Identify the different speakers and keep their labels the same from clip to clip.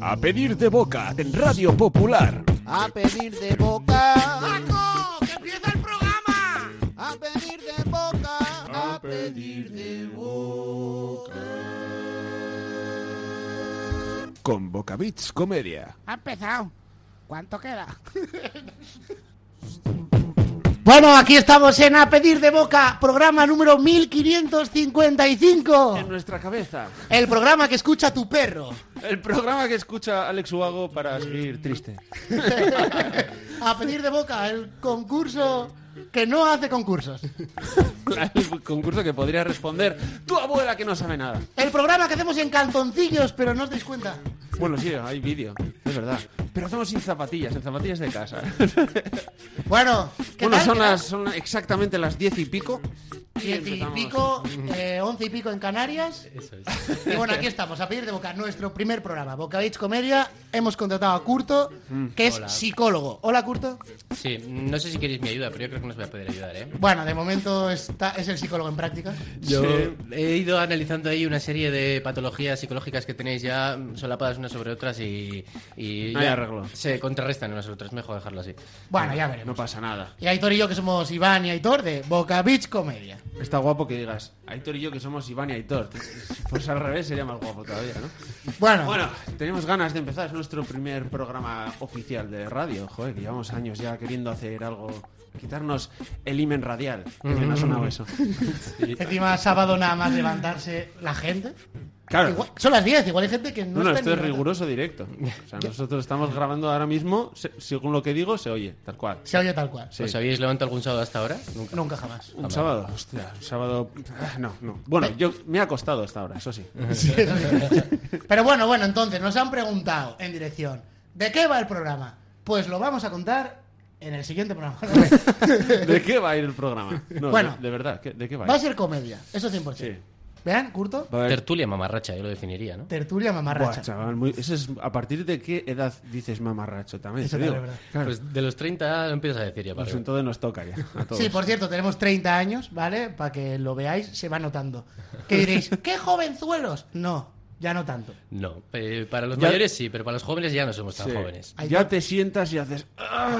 Speaker 1: A pedir de boca en Radio Popular.
Speaker 2: A pedir de boca.
Speaker 3: ¡Paco! ¡Que empieza el programa!
Speaker 2: A pedir de boca. A pedir de boca.
Speaker 1: Con Bocavits Comedia.
Speaker 3: Ha empezado. ¿Cuánto queda?
Speaker 2: Bueno, aquí estamos en A pedir de boca, programa número 1555.
Speaker 4: en nuestra cabeza.
Speaker 2: El programa que escucha tu perro.
Speaker 4: El programa que escucha Alex Ubago para seguir triste.
Speaker 2: A pedir de boca, el concurso que no hace concursos.
Speaker 4: El concurso que podría responder tu abuela que no sabe nada.
Speaker 2: El programa que hacemos en calzoncillos, pero no os dais cuenta.
Speaker 4: Bueno, sí, hay vídeo, es verdad. Pero hacemos sin zapatillas, en zapatillas de casa.
Speaker 2: Bueno, ¿qué
Speaker 4: Bueno,
Speaker 2: tal?
Speaker 4: son, las, son exactamente las diez y pico.
Speaker 2: Diez y
Speaker 4: empezamos.
Speaker 2: pico, eh, once y pico en Canarias. Y bueno, aquí estamos, a pedir de boca, nuestro primer programa, Boca Beach Comedia. Hemos contratado a Curto, que es
Speaker 5: Hola.
Speaker 2: psicólogo. Hola, Curto.
Speaker 5: Sí, no sé si queréis mi ayuda, pero yo creo que no os voy a poder ayudar, ¿eh?
Speaker 2: Bueno, de momento está, es el psicólogo en práctica.
Speaker 5: Yo he ido analizando ahí una serie de patologías psicológicas que tenéis ya mm, solapadas unas sobre otras y... y
Speaker 4: No hay
Speaker 5: ya
Speaker 4: arreglo.
Speaker 5: Se contrarrestan unas sobre otras, mejor dejarlo así.
Speaker 2: Bueno, ya veremos.
Speaker 4: No pasa nada.
Speaker 2: Y Aitor y yo, que somos Iván y Aitor, de Boca Beach Comedia.
Speaker 4: Está guapo que digas, Aitor y yo que somos Iván y Aitor. Pues al revés sería más guapo todavía, ¿no?
Speaker 2: Bueno,
Speaker 4: Bueno, tenemos ganas de empezar. Es nuestro primer programa oficial de radio. Joder, que llevamos años ya queriendo hacer algo. Quitarnos el imen radial. Que me
Speaker 2: Mm.
Speaker 4: ha sonado eso.
Speaker 2: encima sábado nada más levantarse la gente.
Speaker 4: Claro.
Speaker 2: Igual- son las 10, igual hay gente que no
Speaker 4: No, no,
Speaker 2: está
Speaker 4: esto
Speaker 2: ni
Speaker 4: es
Speaker 2: levanta-
Speaker 4: riguroso directo. O sea, nosotros estamos grabando ahora mismo, se- según lo que digo, se oye, tal cual.
Speaker 2: Se oye tal cual.
Speaker 5: ¿Os habéis levantado algún sábado hasta ahora? Nunca.
Speaker 2: Nunca jamás.
Speaker 4: Un sábado, hostia, un sábado. ah, No, no. Bueno, yo me ha costado hasta ahora, eso sí.
Speaker 2: Sí, eso sí. Pero bueno, bueno, entonces nos han preguntado en dirección, ¿de qué va el programa? Pues lo vamos a contar en el siguiente programa.
Speaker 4: ¿De qué va a ir el programa? No,
Speaker 2: Bueno.
Speaker 4: de, de verdad, ¿qué- ¿de qué va
Speaker 2: va
Speaker 4: a
Speaker 2: a
Speaker 4: ir?
Speaker 2: ser comedia, eso 100%.
Speaker 4: Sí.
Speaker 2: Vean, Curto,
Speaker 4: Va a haber-
Speaker 5: Tertulia mamarracha, yo lo definiría, ¿no?
Speaker 2: tertulia
Speaker 4: Buah,
Speaker 2: mamarracha.
Speaker 4: chaval, muy- eso es a partir de qué edad dices mamarracho también.
Speaker 2: Eso
Speaker 4: te digo.
Speaker 2: también es verdad.
Speaker 4: Claro.
Speaker 5: Pues de los 30 lo empiezas a decir ya, para
Speaker 4: Pues
Speaker 5: arriba.
Speaker 4: entonces nos toca ya. A todos.
Speaker 2: Sí, por cierto, tenemos 30 años, ¿vale? Para que lo veáis, se va notando. Que diréis, ¡qué jovenzuelos! No, ya no tanto.
Speaker 5: No, eh, para los
Speaker 4: Ya-
Speaker 5: mayores sí, pero para los jóvenes ya no somos tan
Speaker 4: Sí.
Speaker 5: jóvenes.
Speaker 2: Ahí va.
Speaker 4: Ya te sientas y haces. ¡ah!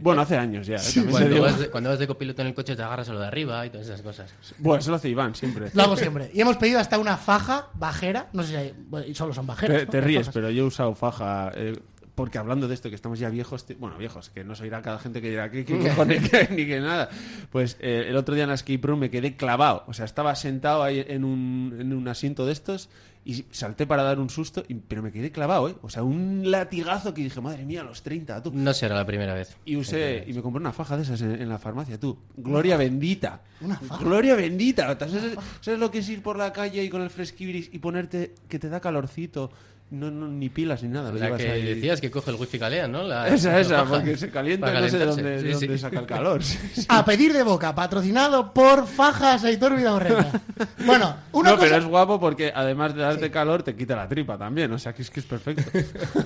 Speaker 4: Bueno, hace años ya. ¿eh? También te
Speaker 5: Cuando
Speaker 4: digo.
Speaker 5: vas, de, cuando vas de copiloto en el coche te agarras a lo de arriba y todas esas cosas.
Speaker 4: Bueno, eso lo hace Iván siempre.
Speaker 2: Lo hago siempre. Y hemos pedido hasta una faja bajera. No sé si hay, bueno, y solo son bajeras.
Speaker 4: Te,
Speaker 2: ¿no?
Speaker 4: te
Speaker 2: Las
Speaker 4: ríes,
Speaker 2: fajas.
Speaker 4: pero yo he usado faja. eh, porque hablando de esto, que estamos ya viejos, te- bueno, viejos, que no se oirá cada gente que dirá que cojones que- ni que nada. Pues eh, el otro día en la escape room me quedé clavado. O sea, estaba sentado ahí en un, en un asiento de estos y salté para dar un susto, y- pero me quedé clavado, ¿eh? O sea, un latigazo que dije, madre mía, a los 30, tú.
Speaker 5: No será la primera vez.
Speaker 4: Y usé, y me compré una faja de esas en, en la farmacia, tú. Gloria bendita.
Speaker 2: Una faja.
Speaker 4: Gloria bendita. ¿Sabes, sabes lo que es ir por la calle y con el fresquibiris y ponerte que te da calorcito? No, no, ni pilas ni nada. lo
Speaker 5: La
Speaker 4: llevas
Speaker 5: que
Speaker 4: ahí.
Speaker 5: decías que coge el wifi calea, ¿no? La-
Speaker 4: Esa,
Speaker 5: la
Speaker 4: esa,
Speaker 5: paja.
Speaker 4: porque se calienta,
Speaker 5: Para
Speaker 4: no sé de
Speaker 5: calentarse.
Speaker 4: dónde, de
Speaker 5: Sí, sí.
Speaker 4: dónde saca el calor. Sí, sí.
Speaker 2: A pedir de boca, patrocinado por Fajas Aitor Vidaurreta. Bueno, una
Speaker 4: no,
Speaker 2: cosa...
Speaker 4: pero es guapo porque además de darte calor te quita la tripa también. O sea, que es que es perfecto.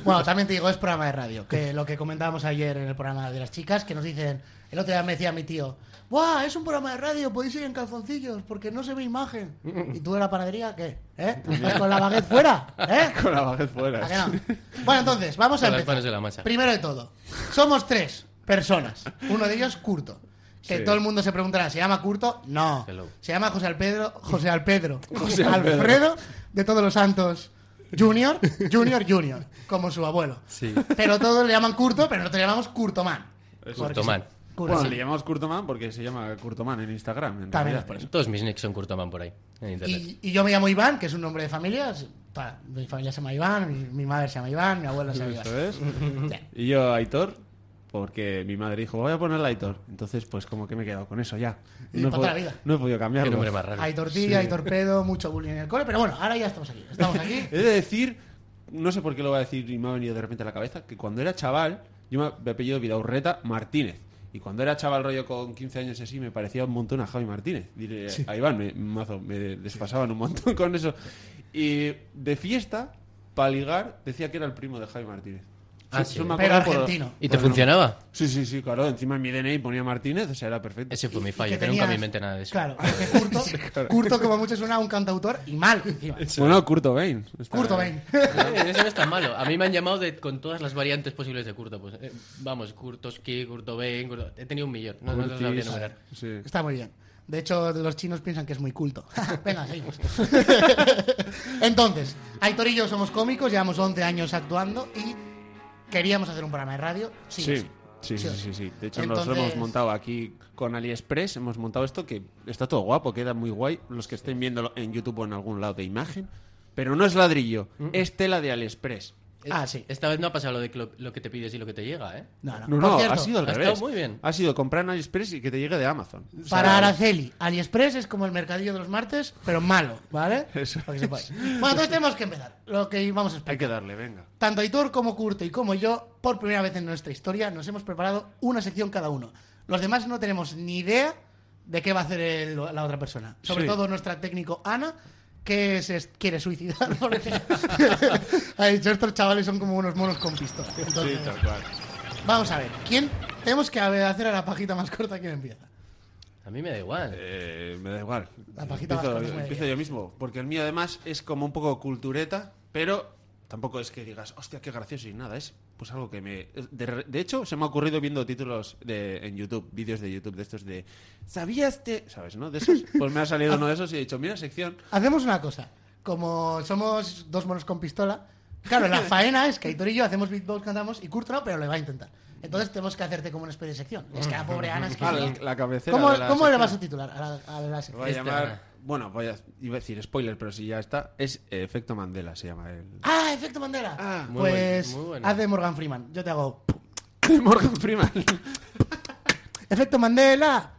Speaker 2: Bueno, también te digo, es programa de radio, que lo que comentábamos ayer en el programa de las chicas, que nos dicen, el otro día me decía mi tío, ¡buah! Es un programa de radio, podéis ir en calzoncillos, porque no se ve imagen. ¿Y tú de la panadería qué? ¿Eh? ¿Con la baguette fuera? ¿Eh?
Speaker 4: con la baguette
Speaker 2: ¿A
Speaker 4: fuera.
Speaker 2: que no? Bueno, entonces, vamos a
Speaker 5: Con las
Speaker 2: empezar.
Speaker 5: manos de la masa.
Speaker 2: Primero de todo, somos tres personas. Uno de ellos, Curto. Que
Speaker 4: Sí.
Speaker 2: todo el mundo se preguntará, ¿se llama Curto? No.
Speaker 5: Hello.
Speaker 2: Se llama José Alpedro, José Alpedro,
Speaker 4: José Alpedro.
Speaker 2: Alfredo de Todos los Santos Junior, Junior, Junior, como su abuelo. Pero todos le llaman Curto, pero nosotros le llamamos Curtoman. Porque
Speaker 5: Curtoman.
Speaker 2: sí, Curto,
Speaker 4: Bueno,
Speaker 2: sí.
Speaker 4: le llamamos Curtoman porque se llama Curtoman en Instagram. En
Speaker 2: También
Speaker 4: realidad.
Speaker 2: es por eso.
Speaker 5: Todos mis nicks son Curtoman por ahí, en internet.
Speaker 2: Y, y yo me llamo Iván, que es un nombre de familia. es- toda- Mi familia se llama Iván, mi, mi madre se llama Iván, mi abuelo se llama Iván.
Speaker 4: Eso es.
Speaker 2: Bien.
Speaker 4: Y yo Aitor, porque mi madre dijo, voy a ponerle Aitor. Entonces, pues como que me he quedado con eso ya.
Speaker 2: Y
Speaker 4: he
Speaker 2: para toda
Speaker 4: pod-
Speaker 2: la vida.
Speaker 4: no he podido
Speaker 5: Qué
Speaker 4: cambiarlo.
Speaker 5: nombre más raro.
Speaker 2: Hay tortilla, hay torpedo, mucho bullying en el cole, pero bueno, ahora ya estamos aquí. Estamos aquí.
Speaker 4: He de decir, no sé por qué lo voy a decir y me ha venido de repente a la cabeza, que cuando era chaval, yo me- me apellido Vidaurreta Martínez. Y cuando era chaval rollo con 15 años y así, me parecía un montón a Javi Martínez. Dile a Iván, me, mazo, me desfasaban un montón con eso. Y de fiesta, para ligar, decía que era el primo de Javi Martínez.
Speaker 5: Ah,
Speaker 4: Sí,
Speaker 5: sí.
Speaker 4: eso me
Speaker 2: Pero
Speaker 4: acuerdo por-
Speaker 2: argentino.
Speaker 5: ¿Y te
Speaker 4: por-
Speaker 5: funcionaba?
Speaker 4: Sí, sí, sí, claro. Encima mi DNI ponía Martínez, o sea, era perfecto.
Speaker 5: Ese fue mi
Speaker 2: Y
Speaker 5: fallo,
Speaker 2: que
Speaker 5: que nunca me
Speaker 2: tenías-
Speaker 5: inventé nada de eso.
Speaker 2: Claro, porque Curto, Curto como mucho suena a un cantautor y mal encima.
Speaker 4: Bueno, Kurt Cobain. Está-
Speaker 2: Curto, ven.
Speaker 5: Eh, Eso no es tan malo. A mí me han llamado de- con todas las variantes posibles de Curto. Pues, eh, vamos, Kurtoski, Kurto Bain, Kurto- He tenido un millón. No, no los sabría
Speaker 4: Curtis,
Speaker 5: enumerar.
Speaker 4: sí.
Speaker 2: Está muy bien. De hecho, los chinos piensan que es muy culto. Venga, seguimos. Entonces, Aitor y yo somos cómicos, llevamos 11 años actuando y queríamos hacer un programa de radio. Sí.
Speaker 4: Sí,
Speaker 2: sí.
Speaker 4: sí, sí, sí, sí. De hecho, nos lo
Speaker 2: Entonces-
Speaker 4: hemos montado aquí con AliExpress. Hemos montado esto que está todo guapo, queda muy guay. Los que estén viéndolo en YouTube o en algún lado de imagen. Pero no es ladrillo, es tela de AliExpress.
Speaker 5: Eh,
Speaker 2: Ah, sí.
Speaker 5: Esta vez no ha pasado lo de que lo, lo que te pides y lo que te llega, ¿eh?
Speaker 2: No, no.
Speaker 4: No,
Speaker 2: Por
Speaker 4: no,
Speaker 2: cierto,
Speaker 4: ha sido al
Speaker 5: ha estado
Speaker 4: revés.
Speaker 5: muy bien.
Speaker 4: Ha sido comprar en AliExpress y que te llegue de Amazon. O sea,
Speaker 2: Para Araceli, AliExpress es como el mercadillo de los martes, pero malo, ¿vale?
Speaker 4: Eso
Speaker 2: Para que sepáis. Bueno, entonces tenemos que empezar. Lo que íbamos a explicar.
Speaker 4: Hay que darle, venga.
Speaker 2: Tanto Aitor como Curto y como yo, por primera vez en nuestra historia, nos hemos preparado una sección cada uno. Los demás no tenemos ni idea de qué va a hacer el- la otra persona. Sobre
Speaker 4: Sí.
Speaker 2: todo nuestra técnico Ana, que se est- quiere suicidar porque ha dicho, estos chavales son como unos monos con pistola. Entonces, vamos a ver, ¿quién? Tenemos que hacer a la pajita más corta quién empieza.
Speaker 5: A mí me da igual.
Speaker 4: Eh, me da igual.
Speaker 2: La pajita
Speaker 4: empiezo
Speaker 2: vasca no se me
Speaker 4: empiezo
Speaker 2: veía.
Speaker 4: yo mismo, porque el mío además es como un poco cultureta, pero tampoco es que digas, hostia, qué gracioso y nada, es pues algo que me... De, de hecho, se me ha ocurrido viendo títulos de, en YouTube, vídeos de YouTube de estos de... ¿Sabías te...? ¿Sabes, no? De esos. Pues me ha salido uno de esos y he dicho, mira, sección.
Speaker 2: Hacemos una cosa. Como somos dos monos con pistola, claro, la faena es que Aitor y yo hacemos beatbox, cantamos y Kurt no, pero le va a intentar. Entonces tenemos que hacerte como una especie de sección. Es que la pobre Ana es que. si
Speaker 4: Ah,
Speaker 2: no-
Speaker 4: la, la cabecera
Speaker 2: ¿Cómo,
Speaker 4: de la
Speaker 2: cómo le
Speaker 4: sección.
Speaker 2: vas a Este. titular a la, a la
Speaker 4: Lo
Speaker 2: sección?
Speaker 4: voy a
Speaker 5: Esta.
Speaker 4: llamar... Bueno, voy a, iba a decir spoiler, pero si ya está. Es eh, Efecto Mandela, se llama el...
Speaker 2: ¡Ah, efecto Mandela!
Speaker 4: Ah,
Speaker 5: muy
Speaker 2: pues
Speaker 5: bueno, muy bueno.
Speaker 2: haz de Morgan Freeman. Yo te hago.
Speaker 4: Morgan Freeman.
Speaker 2: ¡Efecto Mandela!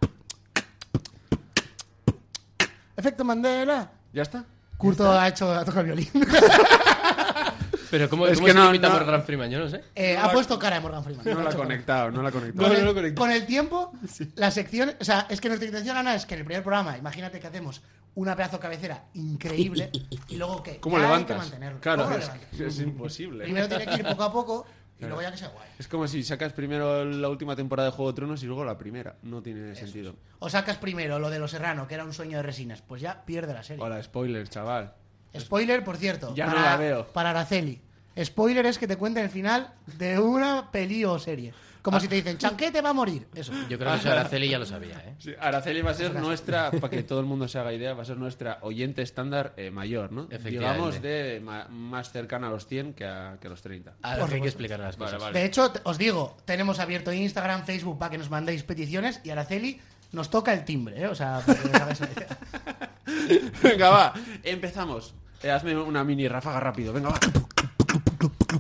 Speaker 2: ¡Efecto Mandela!
Speaker 4: ¿Ya está?
Speaker 2: Curto ha hecho ha tocado el violín.
Speaker 5: Pero ¿cómo,
Speaker 4: Es
Speaker 5: cómo
Speaker 4: que
Speaker 5: se
Speaker 4: no-
Speaker 5: limita
Speaker 4: no-
Speaker 5: por Gran Freeman? Yo no sé.
Speaker 2: Eh, ha puesto cara de Morgan Freeman.
Speaker 4: No
Speaker 2: Ha
Speaker 4: la ha
Speaker 2: hecho cara.
Speaker 4: conectado, no la ha conectado.
Speaker 2: Con,
Speaker 5: No,
Speaker 2: el,
Speaker 5: no, correcto.
Speaker 2: con el tiempo, la sección. O sea, es que nuestra intención, Ana, es que en el primer programa, imagínate que hacemos una pedazo de cabecera increíble y luego que.
Speaker 4: ¿Cómo
Speaker 2: ya hay que
Speaker 4: levantas?
Speaker 2: mantenerlo.
Speaker 4: Claro,
Speaker 2: ¿Cómo lo
Speaker 4: es,
Speaker 2: levantas?
Speaker 4: es imposible.
Speaker 2: Primero tiene que ir poco a poco y luego ya que sea guay.
Speaker 4: Es como si sacas primero la última temporada de Juego de Tronos y luego la primera. No tiene sentido.
Speaker 2: O sacas primero lo de los Serrano, que era un sueño de resinas, pues ya pierde la serie.
Speaker 4: Hola, spoiler, chaval.
Speaker 2: Spoiler, por cierto.
Speaker 4: Ya no la veo.
Speaker 2: Para Araceli. Spoiler es que te cuenten el final de una peli o serie. Como
Speaker 4: Ah.
Speaker 2: si te dicen, Chanquete va a morir. Eso.
Speaker 5: Yo creo que eso Araceli ya lo sabía, ¿eh?
Speaker 4: Sí, Araceli va a ser nuestra, para que todo el mundo se haga idea, va a ser nuestra oyente estándar eh, mayor, ¿no?
Speaker 5: Efectivamente.
Speaker 4: Digamos de ma- más cercana a los 100 que a, que a los 30.
Speaker 5: Ahora hay que explicar las cosas.
Speaker 4: vale.
Speaker 2: De hecho, te- os digo, tenemos abierto Instagram, Facebook para que nos mandéis peticiones y Araceli nos toca el timbre, ¿eh? O sea, para que os hagáis una idea.
Speaker 4: Venga, va, empezamos. Eh, hazme una mini ráfaga rápido, venga, va.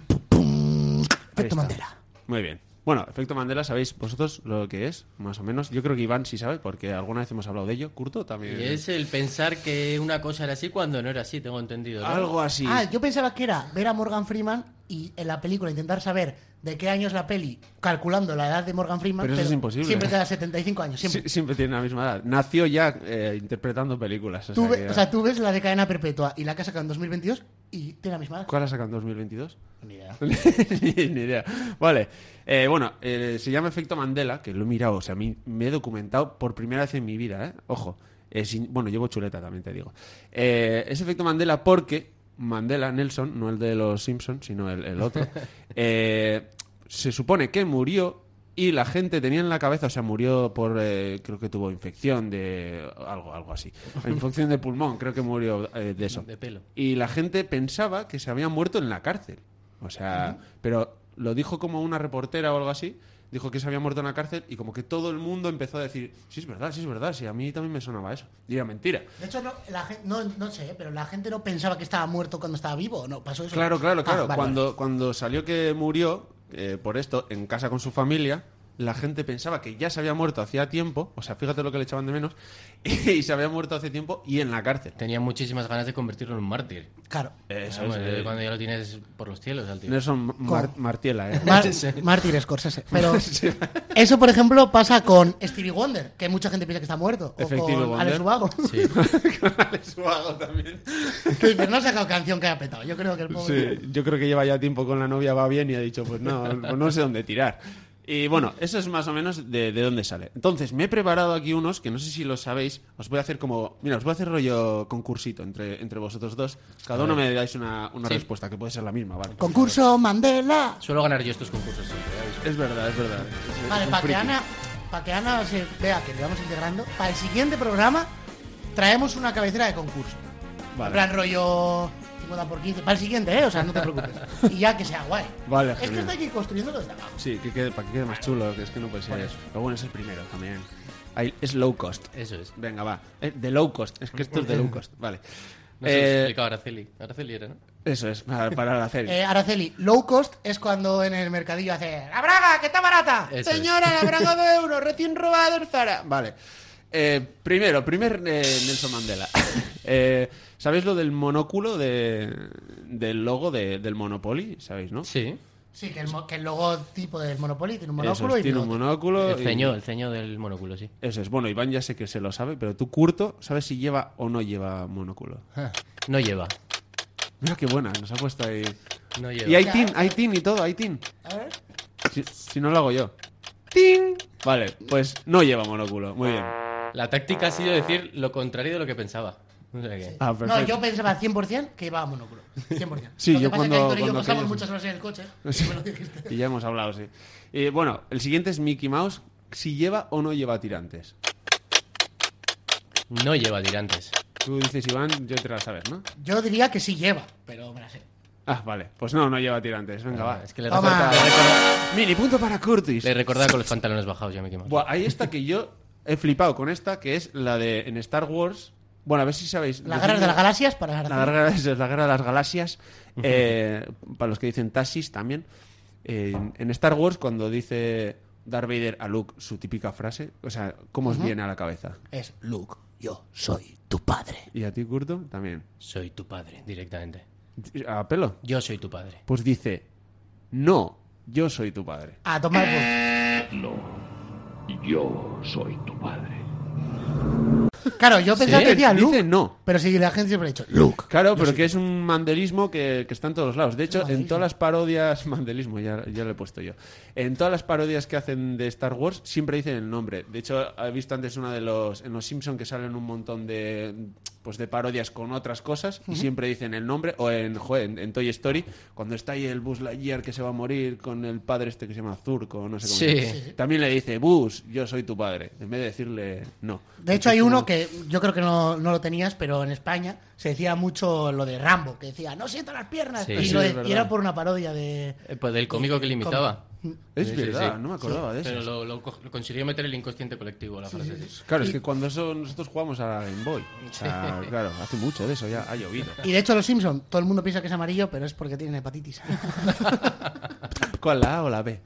Speaker 4: Ahí
Speaker 2: Efecto
Speaker 4: está.
Speaker 2: Mandela.
Speaker 4: Muy bien. Bueno, efecto Mandela, ¿sabéis vosotros lo que es? Más o menos. Yo creo que Iván sí sabe, porque alguna vez hemos hablado de ello. Curto también.
Speaker 5: Y es el pensar que una cosa era así cuando no era así, tengo entendido. ¿no?
Speaker 4: Algo así.
Speaker 2: Ah, yo pensaba que era ver a Morgan Freeman y en la película intentar saber de qué año es la peli, calculando la edad de Morgan Freeman.
Speaker 4: Pero eso es imposible.
Speaker 2: Siempre te da 75 años, siempre.
Speaker 4: Sie- siempre tiene la misma edad. Nació ya eh, interpretando películas. o
Speaker 2: Tú
Speaker 4: sea
Speaker 2: ve-
Speaker 4: que-
Speaker 2: o sea, tú ves la de cadena perpetua y la que ha sacado en 2022 y tiene la misma edad.
Speaker 4: ¿Cuál ha sacado en 2022?
Speaker 2: Ni idea.
Speaker 4: Ni ni idea. Vale. Eh, bueno, eh, se llama Efecto Mandela, que lo he mirado, o sea, me, me he documentado por primera vez en mi vida, ¿eh? Ojo. Eh, sin- bueno, llevo chuleta también, te digo. Eh, es Efecto Mandela porque Mandela, Nelson, no el de los Simpsons, sino el, el otro, eh, se supone que murió y la gente tenía en la cabeza, o sea, murió por, eh, creo que tuvo infección de algo, algo así. Infección de pulmón, creo que murió eh, de eso.
Speaker 5: De pelo.
Speaker 4: Y la gente pensaba que se había muerto en la cárcel. O sea, pero lo dijo como una reportera o algo así. Dijo que se había muerto en la cárcel y como que todo el mundo empezó a decir, sí es verdad, sí es verdad, sí, a mí también me sonaba eso. Y era mentira.
Speaker 2: De hecho, no, la gen- no, no sé, pero la gente no pensaba que estaba muerto cuando estaba vivo, ¿no? Pasó eso.
Speaker 4: Claro, claro,
Speaker 2: Ah,
Speaker 4: claro.
Speaker 2: vale,
Speaker 4: cuando, cuando salió que murió eh, por esto en casa con su familia, la gente pensaba que ya se había muerto hacía tiempo, o sea, fíjate lo que le echaban de menos, y se había muerto hace tiempo y en la cárcel.
Speaker 5: Tenía muchísimas ganas de convertirlo en un mártir.
Speaker 2: Claro.
Speaker 4: Eso
Speaker 5: Vamos,
Speaker 4: es,
Speaker 5: eh,
Speaker 4: eh,
Speaker 5: Cuando ya lo tienes por los cielos al tío.
Speaker 4: Nelson Mar- Martiela, ¿eh?
Speaker 2: Mar- Mártir Scorsese. Pero eso, por ejemplo, pasa con Stevie Wonder, que mucha gente piensa que está muerto. O
Speaker 4: Efectivo
Speaker 2: con
Speaker 4: Wonder.
Speaker 2: Alex Ubago.
Speaker 5: Sí.
Speaker 2: Que dice, no ha sacado canción que haya petado. Yo creo que el pobre.
Speaker 4: Sí, yo creo que lleva ya tiempo con la novia, va bien y ha dicho, pues no, pues no sé dónde tirar. Y bueno, eso es más o menos de, de dónde sale. Entonces, me he preparado aquí unos que no sé si los sabéis. Os voy a hacer como. Mira, os voy a hacer rollo concursito entre, entre vosotros dos. Cada uno me dais una, una
Speaker 5: Sí.
Speaker 4: respuesta, que puede ser la misma, ¿vale?
Speaker 2: Concurso Mandela.
Speaker 5: Suelo ganar yo estos concursos. siempre, ya veis.
Speaker 4: Es verdad, es verdad.
Speaker 2: Vale, para que Ana, para que Ana se vea que le vamos integrando, para el siguiente programa traemos una cabecera de concurso.
Speaker 4: Vale.
Speaker 2: En plan rollo 50 por 15. Para el siguiente, ¿eh? O sea, no te preocupes. Y ya que sea guay.
Speaker 4: Vale,
Speaker 2: Es que
Speaker 4: genial.
Speaker 2: está aquí construyendo los de abajo.
Speaker 4: Sí, que quede, para que quede más chulo, que es que no puede ser.
Speaker 5: Por eso.
Speaker 4: Lo bueno es el primero también. Ahí, es low cost.
Speaker 5: Eso es.
Speaker 4: Venga, va. Eh, De low cost. Es que esto es de low cost. Vale.
Speaker 5: No se lo
Speaker 4: Eh,
Speaker 5: explicaba Araceli. Araceli era, ¿no?
Speaker 4: eso es, para, para la serie.
Speaker 2: Eh, Araceli, low cost es cuando en el mercadillo hace ¡La braga, que está barata!
Speaker 5: Eso es.
Speaker 2: Señora, la braga de euros, recién robado en Zara.
Speaker 4: Vale. Eh, primero, primer eh, Nelson Mandela. Eh, ¿Sabéis lo del monóculo de, del logo de- del Monopoly? ¿Sabéis, no?
Speaker 5: Sí.
Speaker 2: Sí, que el, mo- que el logotipo del Monopoly tiene un
Speaker 4: Eso es,
Speaker 2: monóculo y
Speaker 4: tiene un
Speaker 2: bigote.
Speaker 4: monóculo.
Speaker 5: El
Speaker 4: y-
Speaker 5: ceño, el ceño del monóculo, sí.
Speaker 4: Eso es. Bueno, Iván ya sé que se lo sabe, pero tú, Curto, ¿sabes si lleva o no lleva monóculo?
Speaker 5: No lleva.
Speaker 4: Mira qué buena, nos ha puesto ahí.
Speaker 5: No lleva.
Speaker 4: Y hay tin, hay tin y todo, hay tin.
Speaker 2: A ver.
Speaker 4: Si, si no lo hago yo. ¡Ting! Vale, pues no lleva monóculo. Muy bien.
Speaker 5: La táctica ha sido decir lo contrario de lo que pensaba. O sea que-
Speaker 4: Ah,
Speaker 2: No,
Speaker 4: perfecto.
Speaker 2: yo pensaba 100% que llevaba monóculo. 100%.
Speaker 4: Sí,
Speaker 2: Lo que
Speaker 4: yo
Speaker 2: pasa es que
Speaker 4: cuando-
Speaker 2: Héctor y yo
Speaker 4: cuando
Speaker 2: pasamos
Speaker 4: aquello-
Speaker 2: muchas horas en el coche.
Speaker 4: Sí.
Speaker 2: y me lo dijiste.
Speaker 4: Y ya hemos hablado, sí. Eh, bueno, el siguiente es Mickey Mouse. Si lleva o no lleva tirantes.
Speaker 5: No lleva tirantes.
Speaker 4: Tú dices, Iván, yo te la sabes, ¿no?
Speaker 2: Yo diría que sí lleva, pero me la sé.
Speaker 4: Ah, vale. Pues no, no lleva tirantes. Venga, va.
Speaker 5: Es que le,
Speaker 2: Toma.
Speaker 5: recorda- le recorda-
Speaker 4: Mini punto para Curtis.
Speaker 5: le recordaba con los pantalones bajados, ya me quemaba.
Speaker 4: Buah, hay esta que yo he flipado con esta, que es la de en Star Wars. Bueno, a ver si sabéis.
Speaker 2: Las guerras de las galaxias para ganar.
Speaker 4: La guerra, eso es la guerra de las galaxias. Eh, para los que dicen taxis también. Eh, en Star Wars, cuando dice Darth Vader a Luke su típica frase, o sea, ¿cómo os viene a la cabeza?
Speaker 2: Es Luke, yo soy tu padre.
Speaker 4: Y a ti, Curto, también.
Speaker 5: Soy tu padre, directamente.
Speaker 4: ¿A pelo?
Speaker 5: Yo soy tu padre.
Speaker 4: Pues dice, no, yo soy tu padre.
Speaker 2: A tomar por.
Speaker 6: Yo soy tu padre.
Speaker 2: Claro, yo pensaba que decía
Speaker 4: dice
Speaker 2: Luke.
Speaker 4: no.
Speaker 2: Pero si la gente siempre ha dicho Luke.
Speaker 4: Claro, pero que es un mandelismo que, que está en todos lados. De hecho, en
Speaker 2: Mandelismo.
Speaker 4: todas las parodias, mandelismo, ya, ya lo he puesto yo. En todas las parodias que hacen de Star Wars siempre dicen el nombre. De hecho, he visto antes una de los en los Simpson que salen un montón de pues de parodias con otras cosas y siempre dicen el nombre. O en, joder, en, en Toy Story cuando está ahí el Buzz Lightyear que se va a morir con el padre este que se llama Zurko, no sé cómo. se
Speaker 5: Sí.
Speaker 4: llama. También le dice Buzz, yo soy tu padre, en vez de decirle no.
Speaker 2: De hecho, hay uno que yo creo que no, no lo tenías, pero en España se decía mucho lo de Rambo, que decía, no siento las piernas.
Speaker 5: Sí.
Speaker 2: y,
Speaker 5: Sí,
Speaker 2: lo de-
Speaker 4: es verdad.
Speaker 2: y era por una parodia de...
Speaker 5: Eh, Pues del cómico que le imitaba.
Speaker 4: Es
Speaker 5: Sí, sí,
Speaker 4: verdad,
Speaker 5: sí.
Speaker 4: no me acordaba de eso.
Speaker 5: Pero lo, lo co- lo consiguió meter el inconsciente colectivo, la frase. sí.
Speaker 4: Claro, es que cuando eso nosotros jugamos a la Game Boy. O sea, claro, hace mucho de eso, ya ha llovido.
Speaker 2: Y de hecho los Simpson, todo el mundo piensa que es amarillo, pero es porque tienen hepatitis.
Speaker 4: ¿Cuál la A o la B?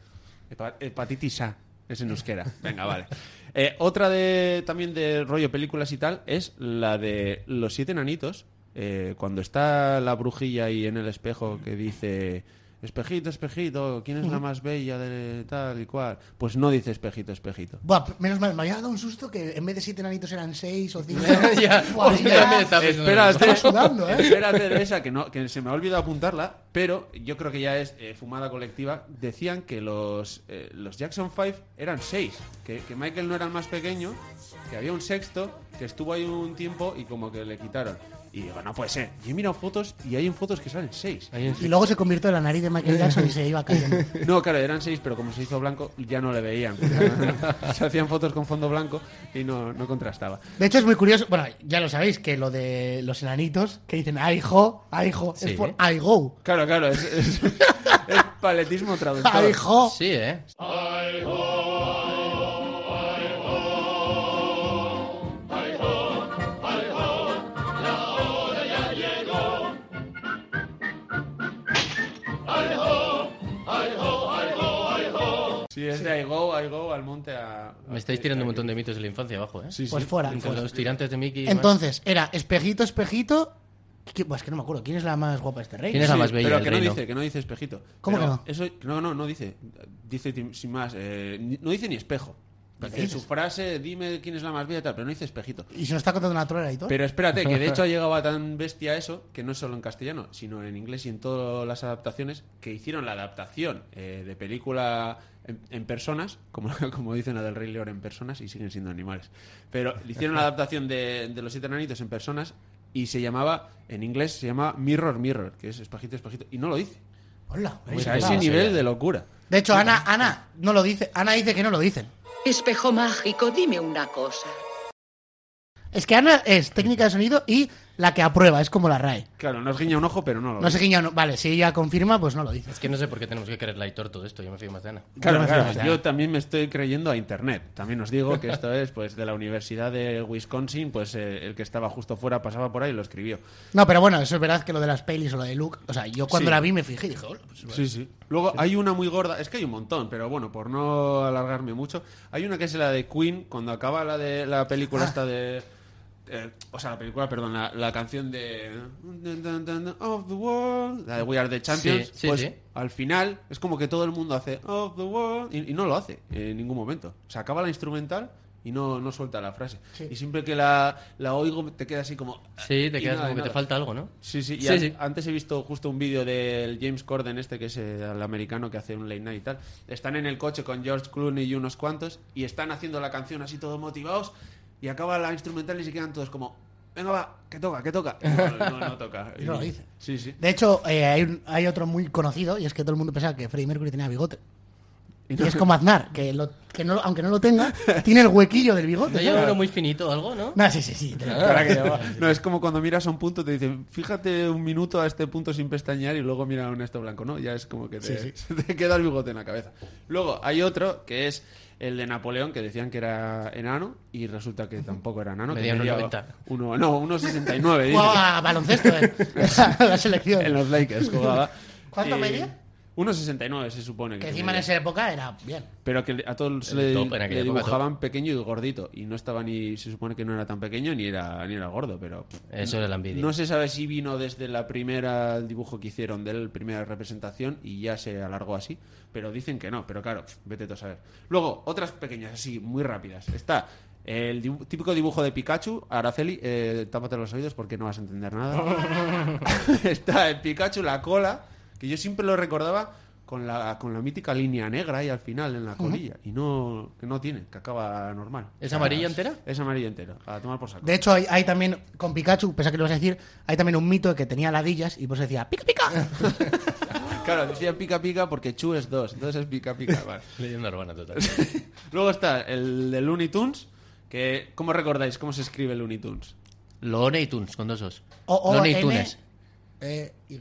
Speaker 4: Hepa- Hepatitis A. Es en euskera. Venga, vale. Eh, otra de también de rollo películas y tal es la de Los Siete Nanitos. eh, cuando está la brujilla ahí en el espejo que dice. Espejito, espejito, ¿quién es la más bella de tal y cual? Pues no dice espejito, espejito.
Speaker 2: Buah, menos mal, me había dado un susto que en vez de siete nanitos eran seis o cinco.
Speaker 5: Ya,
Speaker 2: Buah,
Speaker 5: yo
Speaker 2: ya.
Speaker 5: también estaba pensando lo mismo.
Speaker 4: Espérate,
Speaker 2: Estaba sudando, ¿eh?
Speaker 4: espérate, esa que, no, que se me ha olvidado apuntarla, pero yo creo que ya es eh, fumada colectiva. Decían que los, eh, los Jackson 5 eran seis, que, que Michael no era el más pequeño, que había un sexto, que estuvo ahí un tiempo y como que le quitaron. Y digo, no puede ser. Y he mirado fotos y hay en fotos que salen seis.
Speaker 5: Ahí en-
Speaker 2: Y luego se convirtió en la nariz de Michael Jackson y se iba cayendo.
Speaker 4: No, claro, eran seis, pero como se hizo blanco ya no le veían. se hacían fotos con fondo blanco y no, no contrastaba.
Speaker 2: De hecho, es muy curioso. Bueno, ya lo sabéis, que lo de los enanitos, que dicen I ho, I ho,
Speaker 5: Sí.
Speaker 2: es por I go.
Speaker 4: Claro, claro, es, es- es paletismo traductor.
Speaker 2: I ho.
Speaker 5: Sí, ¿eh?
Speaker 4: Sí, Sí, es de I go, I go, al monte a.
Speaker 5: Me estáis tirando un montón de mitos de la infancia abajo, ¿eh?
Speaker 4: eh, Sí, sí.
Speaker 2: Pues fuera.
Speaker 5: Con
Speaker 2: fuera.
Speaker 5: los tirantes de Mickey. y demás.
Speaker 2: Entonces, era espejito, espejito. ¿Qui- Buah, es que no me acuerdo. ¿Quién es la más guapa de este rey?
Speaker 5: ¿Quién es la más bella
Speaker 4: Pero
Speaker 5: del
Speaker 4: que no
Speaker 5: reino?
Speaker 4: dice, que no dice espejito.
Speaker 2: ¿Cómo
Speaker 4: Pero
Speaker 2: que no?
Speaker 4: Eso, no, no, no dice. Dice tim- sin más. eh, ni- no dice ni espejo. Dice su frase, dime quién es la más bella y tal, pero no dice espejito.
Speaker 2: Y se nos está contando una trola y todo.
Speaker 4: Pero espérate, que de hecho ha llegado a tan bestia eso, que no es solo en castellano, sino en inglés y en todas las adaptaciones, que hicieron la adaptación eh, de película en, en personas, como, como dicen la del Rey León en personas, y siguen siendo animales. Pero hicieron la adaptación de, de Los Siete Enanitos en personas y se llamaba, en inglés se llama Mirror Mirror, que es espajito, espajito, y no lo dice.
Speaker 2: Hola,
Speaker 4: O
Speaker 2: muy
Speaker 4: sea, ese
Speaker 2: guapa.
Speaker 4: nivel de locura.
Speaker 2: De hecho, Ana, Ana no lo dice. Ana dice que no lo dicen.
Speaker 6: Espejo mágico, dime una cosa.
Speaker 2: Es que Ana es técnica de sonido y la que aprueba, es como la RAE.
Speaker 4: Claro, nos guiña un ojo, pero no lo
Speaker 2: No sé
Speaker 4: dice.
Speaker 2: quién ya no- Vale, si ella confirma, pues no lo dice.
Speaker 5: Es que no sé por qué tenemos que querer la Aitor todo esto, yo me fío más de Ana.
Speaker 4: Claro,
Speaker 2: Yo me
Speaker 4: claro.
Speaker 2: fío más de
Speaker 4: Yo
Speaker 2: Ana.
Speaker 4: también me estoy creyendo a internet. También os digo que esto es pues de la Universidad de Wisconsin, pues eh, el que estaba justo fuera pasaba por ahí y lo escribió.
Speaker 2: No, pero bueno, eso es verdad que lo de las pelis o lo de Luke. O sea, yo cuando
Speaker 4: Sí.
Speaker 2: la vi me fijé y dije, hola, pues
Speaker 4: Sí, sí. Luego hay una muy gorda, es que hay un montón, pero bueno, por no alargarme mucho, hay una que es la de Queen, cuando acaba la de la
Speaker 5: Ah.
Speaker 4: película esta de eh, o sea, la película, perdón, la, la canción de Of the World, la de We Are the Champions,
Speaker 5: Sí, sí,
Speaker 4: pues
Speaker 5: sí.
Speaker 4: al final es como que todo el mundo hace Of the World y, y no lo hace en ningún momento. O sea, acaba la instrumental y no, no suelta la frase. Y siempre que la, la oigo te queda así como
Speaker 5: Sí, te
Speaker 4: Ah, y
Speaker 5: quedas
Speaker 4: nada,
Speaker 5: como que te
Speaker 4: nada.
Speaker 5: falta algo, ¿no?
Speaker 4: Sí, sí, y
Speaker 5: Sí,
Speaker 4: an-
Speaker 5: sí.
Speaker 4: antes he visto justo un vídeo del James Corden este, que es eh, el americano que hace un late night y tal. Están en el coche con George Clooney y unos cuantos y están haciendo la canción así todos motivados y acaba la instrumental y se quedan todos como, venga va, que toca, que toca. Y No, no, no toca.
Speaker 2: Y no lo dice.
Speaker 4: Sí, sí.
Speaker 2: De hecho, eh, hay, un- hay otro muy conocido y es que todo el mundo pensaba que Freddie Mercury tenía bigote. Y es como Aznar, que, lo- que no, aunque no lo tenga, tiene el huequillo del bigote.
Speaker 5: No
Speaker 2: ¿sabes?
Speaker 5: lleva uno muy finito o algo, ¿no?
Speaker 2: No, sí, sí, sí. te lo-
Speaker 4: Cara que llevaba. No, es como cuando miras a un punto, te dicen, fíjate un minuto a este punto sin pestañear y luego mira a un esto blanco, ¿no? Ya es como que te, te queda el bigote en la cabeza. Luego hay otro que es el de Napoleón, que decían que era enano y resulta que tampoco era enano. que
Speaker 5: Medía
Speaker 4: medía
Speaker 5: 1,90.
Speaker 4: Uno, no, 1,69. dice.
Speaker 2: Jugaba a baloncesto eh, en la
Speaker 4: en
Speaker 2: selección.
Speaker 4: los Lakers jugaba. Eh,
Speaker 2: ¿Cuánto
Speaker 4: Y-
Speaker 2: medía?
Speaker 4: 1,69 se supone.
Speaker 2: Que
Speaker 4: se
Speaker 2: encima en
Speaker 4: medía.
Speaker 2: esa época era bien.
Speaker 4: Pero que a todos
Speaker 5: El
Speaker 4: le,
Speaker 5: top en aquella
Speaker 4: le
Speaker 5: época,
Speaker 4: dibujaban pequeño y gordito. Y no estaba ni. Se supone que no era tan pequeño ni era, ni era gordo, pero.
Speaker 5: Eso era la envidia.
Speaker 4: No se sabe si vino desde la primera el dibujo que hicieron de él, primera representación, y ya se alargó así. Pero dicen que no, pero claro, pf, vete tú a saber. Luego, otras pequeñas, así, muy rápidas. Está el dibu- típico dibujo de Pikachu, Araceli, eh, tápate los oídos porque no vas a entender nada. Está el Pikachu, la cola, que yo siempre lo recordaba con la, con la mítica línea negra ahí al final en la colilla. Y no, que no tiene, que acaba normal.
Speaker 5: ¿Es amarilla entera?
Speaker 4: Es amarilla entera, a tomar por saco.
Speaker 2: De hecho, hay, hay también, con Pikachu, pese a que lo vas a decir, hay también un mito de que tenía ladillas y pues decía, pica, pica.
Speaker 4: Claro, decía pica pica porque Chu es dos, entonces es pica pica. vale.
Speaker 5: Leyenda urbana total.
Speaker 4: Luego está el de Looney Tunes, que ¿cómo recordáis cómo se escribe Looney Tunes?
Speaker 5: Loney Tunes, con dos os.
Speaker 2: O, o
Speaker 5: Loney
Speaker 2: N,
Speaker 5: Tunes.
Speaker 2: eh, y.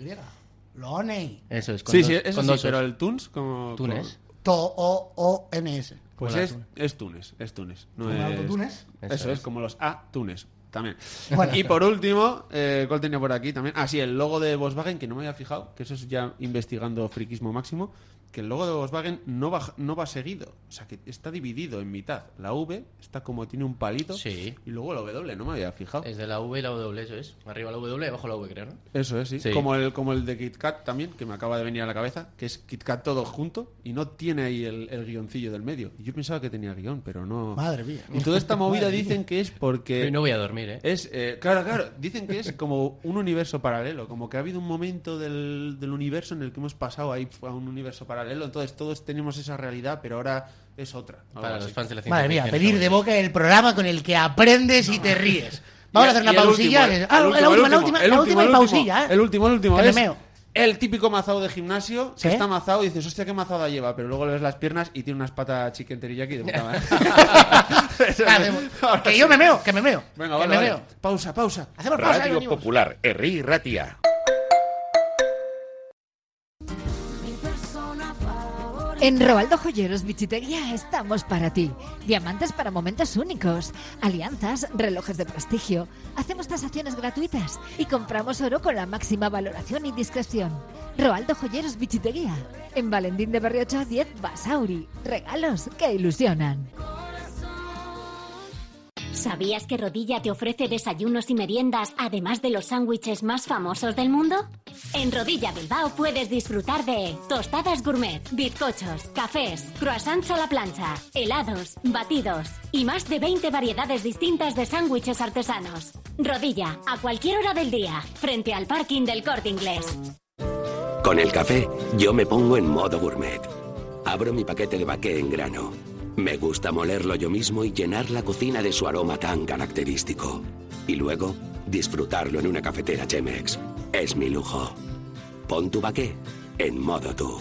Speaker 2: Loney.
Speaker 5: Eso es, con
Speaker 4: Sí,
Speaker 5: dos,
Speaker 4: sí, eso
Speaker 5: con
Speaker 4: sí,
Speaker 5: dos os.
Speaker 4: pero el E. Tunes como
Speaker 5: Tunes.
Speaker 2: To, o, o, n, s.
Speaker 4: Pues
Speaker 5: Hola,
Speaker 4: es,
Speaker 5: Tunes.
Speaker 4: es Tunes, es Tunes. No
Speaker 2: ¿Como
Speaker 4: es...
Speaker 2: algo Tunes?
Speaker 4: Eso,
Speaker 5: Eso
Speaker 4: es.
Speaker 5: es.
Speaker 4: como los A Tunes también.
Speaker 2: Bueno.
Speaker 4: y por último, eh, ¿cuál tenía por aquí también? Ah, sí, el logo de Volkswagen, que no me había fijado, que eso es ya investigando friquismo máximo, que el logo de Volkswagen no va, no va seguido, o sea, que está dividido en mitad. La V está como tiene un palito
Speaker 5: Sí.
Speaker 4: y luego la W, no me había fijado.
Speaker 5: Es de la V y la W, eso es. Arriba la W y abajo la V, creo, ¿no?
Speaker 4: Eso es, sí.
Speaker 5: Sí.
Speaker 4: Como, el, como el de KitKat también, que me acaba de venir a la cabeza, que es KitKat todo junto y no tiene ahí el, el guioncillo del medio. Yo pensaba que tenía guión, pero no.
Speaker 2: Madre mía.
Speaker 4: Y toda esta movida dicen que es porque.
Speaker 5: Hoy no voy a dormir, ¿eh?
Speaker 4: Es, eh, claro, claro, dicen que es como un universo paralelo, como que ha habido un momento del, del universo en el que hemos pasado ahí a un universo paralelo, entonces todos tenemos esa realidad, pero ahora es otra. algo
Speaker 5: Para
Speaker 4: así.
Speaker 5: los fans de la ciencia
Speaker 2: Madre mía,
Speaker 5: ficción,
Speaker 2: pedir de
Speaker 5: estamos-
Speaker 2: boca el programa con el que aprendes y te ríes. Vamos a hacer
Speaker 4: Y-
Speaker 2: una
Speaker 4: y el
Speaker 2: pausilla.
Speaker 4: último, eh,
Speaker 2: que- ah,
Speaker 4: el
Speaker 2: la
Speaker 4: último,
Speaker 2: última,
Speaker 4: el
Speaker 2: la
Speaker 4: último,
Speaker 2: última,
Speaker 4: el
Speaker 2: la
Speaker 4: último,
Speaker 2: última
Speaker 4: el
Speaker 2: y
Speaker 4: último.
Speaker 2: pausilla, ¿eh?
Speaker 4: El último, el último
Speaker 2: Que me
Speaker 4: es
Speaker 2: meo.
Speaker 4: el típico mazado de gimnasio que
Speaker 2: ¿Sí?
Speaker 4: está mazado y dices, hostia, qué mazada lleva, pero luego le ves las piernas y tiene unas patas chicken teriyaki de puta madre. Eso
Speaker 2: Ah,
Speaker 4: me-
Speaker 2: de-
Speaker 4: ahora
Speaker 2: que
Speaker 4: sí.
Speaker 2: yo me meo, que me meo.
Speaker 4: Venga,
Speaker 2: que
Speaker 4: vale,
Speaker 2: me
Speaker 4: vale.
Speaker 2: meo.
Speaker 4: Pausa, pausa.
Speaker 2: Hacemos pausa y
Speaker 7: Radio
Speaker 2: venimos.
Speaker 7: Popular, Herri Ratia.
Speaker 8: Mi persona favorita.
Speaker 7: En Robaldo Joyeros Bichitería estamos para ti. Diamantes para momentos únicos, alianzas, relojes de prestigio. Hacemos tasaciones gratuitas y compramos oro con la máxima valoración y discreción. Robaldo Joyeros Bichitería. En Valentín de Berriocho 10 Basauri. Regalos que ilusionan.
Speaker 8: ¿Sabías que Rodilla te ofrece desayunos y meriendas, además de los sándwiches más famosos del mundo? En Rodilla Bilbao puedes disfrutar de tostadas gourmet, bizcochos, cafés, croissants a la plancha, helados, batidos y más de 20 variedades distintas de sándwiches artesanos. Rodilla, a cualquier hora del día, frente al parking del Corte Inglés.
Speaker 9: Con el café, yo me pongo en modo gourmet. Abro mi paquete de baqué en grano. Me gusta molerlo yo mismo y llenar la cocina de su aroma tan característico. Y luego, disfrutarlo en una cafetera Chemex. Es mi lujo. Pon tu baqué en modo tú.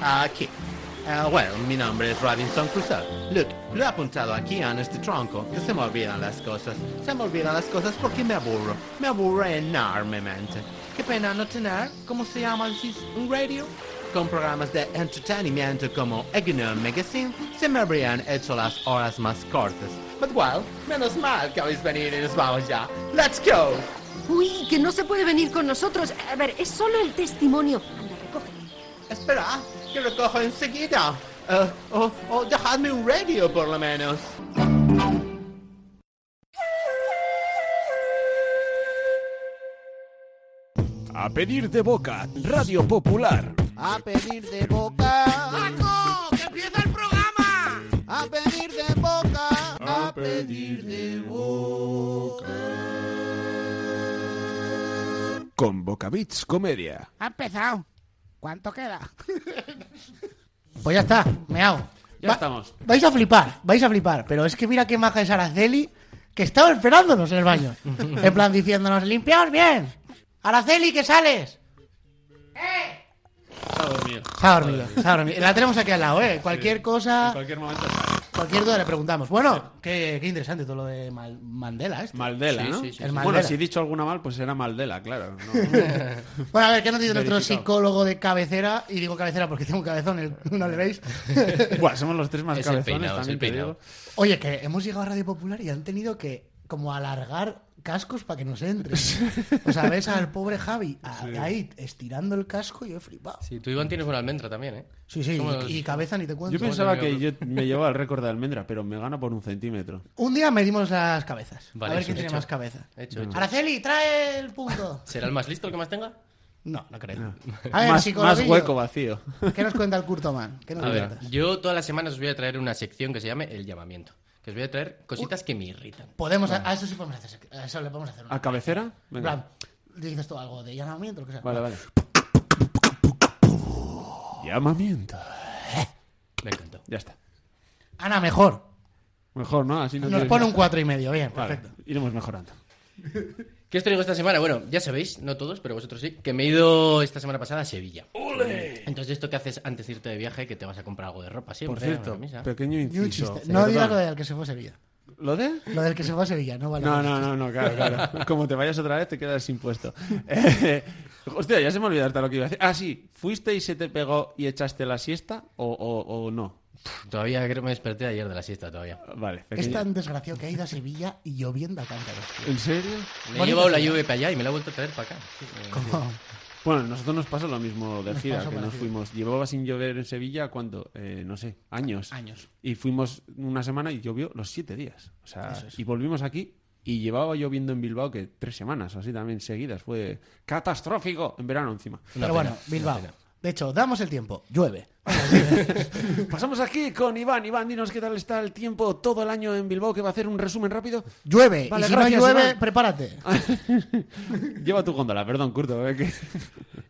Speaker 10: Aquí. Ah, bueno, mi nombre es Robinson Crusoe. Look, lo he apuntado aquí en este tronco, que se me olvidan las cosas. Se me olvidan las cosas porque me aburro. Me aburro enormemente. Qué pena no tener, ¿cómo se llama? decís, ¿Un radio? Con programas de entretenimiento como Egnor Magazine, se me habrían hecho las horas más cortas. But well, menos mal que habéis venido y nos vamos ya. Let's go!
Speaker 11: Uy, que no se puede venir con nosotros. A ver, es solo el testimonio. Anda, recoge.
Speaker 10: Espera, que recojo enseguida. Eh, o o dejadme un radio, por lo menos.
Speaker 1: A pedir de boca, Radio Popular.
Speaker 3: A pedir de boca.
Speaker 12: ¡Paco! ¡Que empieza el programa!
Speaker 3: A pedir de boca. A pedir de
Speaker 1: Con Bocavits Comedia.
Speaker 3: Ha empezado. ¿Cuánto queda?
Speaker 2: Pues ya está, me hago.
Speaker 4: Ya estamos.
Speaker 2: Vais a flipar, vais a flipar. Pero es que mira qué maja es Araceli, que estaba esperándonos en el baño. En plan diciéndonos, limpiaos bien. Araceli, que sales.
Speaker 3: ¡Eh!
Speaker 4: Está dormido.
Speaker 2: Se ha dormido, se ha dormido. La tenemos aquí al lado, ¿eh? Cualquier
Speaker 4: En
Speaker 2: cosa,
Speaker 4: cualquier momento sale.
Speaker 2: cualquier duda le preguntamos. Bueno, qué, qué interesante todo lo de Mal- Mandela, este. esto.
Speaker 4: Maldela,
Speaker 5: Sí,
Speaker 4: ¿no?
Speaker 5: sí, sí,
Speaker 2: El sí.
Speaker 4: Bueno,
Speaker 2: Mandela.
Speaker 4: si he dicho alguna mal, pues era Maldela, claro. no.
Speaker 2: Bueno, a ver, ¿qué nos dice nuestro
Speaker 4: Verificado.
Speaker 2: psicólogo de cabecera? Y digo cabecera porque tengo un cabezón, el- no le veis.
Speaker 4: Buah, somos los tres más
Speaker 5: Es el
Speaker 4: cabezones
Speaker 5: peinado, es
Speaker 4: también,
Speaker 5: el
Speaker 4: te
Speaker 5: peinado.
Speaker 4: digo.
Speaker 2: Oye, que hemos llegado a Radio Popular y han tenido que como alargar cascos para que nos entren. O sea, ves al pobre Javi a- ahí estirando el casco y yo he flipado.
Speaker 5: Sí, tú, Iván, tienes una almendra también, ¿eh?
Speaker 2: Sí, sí,
Speaker 5: Somos-
Speaker 2: y, y cabeza ni te
Speaker 4: Yo
Speaker 2: cuento.
Speaker 4: pensaba
Speaker 5: amigo
Speaker 4: que yo me llevaba el récord de almendra, pero me gana por un centímetro.
Speaker 2: Un día medimos las cabezas.
Speaker 5: Vale,
Speaker 2: a ver
Speaker 5: eso,
Speaker 2: quién tiene
Speaker 5: hecho.
Speaker 2: más cabeza.
Speaker 5: Hecho, hecho.
Speaker 2: Araceli, trae el punto.
Speaker 5: ¿Será el más listo el que más tenga?
Speaker 2: No, no creo. A ver,
Speaker 4: más,
Speaker 2: psicólogo.
Speaker 4: más hueco vacío.
Speaker 2: ¿Qué nos cuenta el Kurtoman? ¿Qué nos
Speaker 5: A ver,
Speaker 2: cuentas?
Speaker 5: yo todas las semanas os voy a traer una sección que se llame El llamamiento. Que os voy a traer cositas que me irritan.
Speaker 2: Podemos, a, a eso sí podemos hacer. A eso le podemos hacer una.
Speaker 4: ¿A cabecera?
Speaker 2: En
Speaker 4: Venga.
Speaker 2: plan, dices tú algo de llamamiento, lo que sea.
Speaker 4: Vale, vale.
Speaker 1: Llamamiento.
Speaker 5: Me encantó.
Speaker 4: Ya está.
Speaker 2: Ana, mejor.
Speaker 4: Mejor, ¿no? Así no
Speaker 2: Nos
Speaker 4: tienes-
Speaker 2: pone un cuatro y medio. Bien,
Speaker 4: Vale,
Speaker 2: perfecto.
Speaker 4: iremos mejorando.
Speaker 5: ¿Qué os traigo esta semana? Bueno, ya sabéis, no todos, pero vosotros sí, que me he ido esta semana pasada a Sevilla. Entonces, esto que haces antes de irte de viaje, que te vas a comprar algo de ropa siempre.
Speaker 4: Por
Speaker 5: una
Speaker 4: cierto,
Speaker 5: camisa.
Speaker 4: pequeño
Speaker 2: Ni un
Speaker 4: inciso.
Speaker 2: chiste. No digas lo
Speaker 4: Perdón.
Speaker 2: del que se fue a Sevilla.
Speaker 4: ¿Lo de?
Speaker 2: Lo del que se fue a Sevilla, no vale.
Speaker 4: No, no, no, no, claro, claro. Como te vayas otra vez, te quedas sin puesto. Eh, hostia, ya se me olvidó hasta lo que iba a decir. Ah, sí, ¿fuiste y se te pegó y echaste la siesta o, o- o no?
Speaker 5: Todavía creo que me desperté ayer de la siesta todavía.
Speaker 4: Vale,
Speaker 2: Es
Speaker 4: pequeño-
Speaker 2: tan desgraciado que ha ido a Sevilla y lloviendo a cántaros. tío.
Speaker 4: ¿En serio?
Speaker 5: Me he
Speaker 2: Bonito
Speaker 5: llevado la
Speaker 2: Sevilla.
Speaker 5: lluvia para allá y me la he vuelto a traer para acá.
Speaker 2: Como-
Speaker 4: Bueno, nosotros nos pasa lo mismo de
Speaker 2: Nos
Speaker 4: gira,
Speaker 2: pasó
Speaker 4: que nos
Speaker 2: parecido.
Speaker 4: fuimos. Llevaba sin llover en Sevilla, ¿cuánto? Eh, no sé, años.
Speaker 2: Años.
Speaker 4: Y fuimos una semana y llovió los siete días. O sea,
Speaker 2: Eso es.
Speaker 4: y volvimos aquí y llevaba lloviendo en Bilbao que tres semanas o así también seguidas. Fue catastrófico en verano encima.
Speaker 2: Pero bueno, Bilbao. De hecho, damos el tiempo. Llueve.
Speaker 4: Pasamos aquí con Iván. Iván, dinos qué tal está el tiempo todo el año en Bilbao, que va a hacer un resumen rápido.
Speaker 2: Llueve.
Speaker 4: Vale,
Speaker 2: y si no
Speaker 4: gracias,
Speaker 2: llueve,
Speaker 4: Iván.
Speaker 2: prepárate.
Speaker 4: Lleva tu góndola, perdón, Curto. eh, que-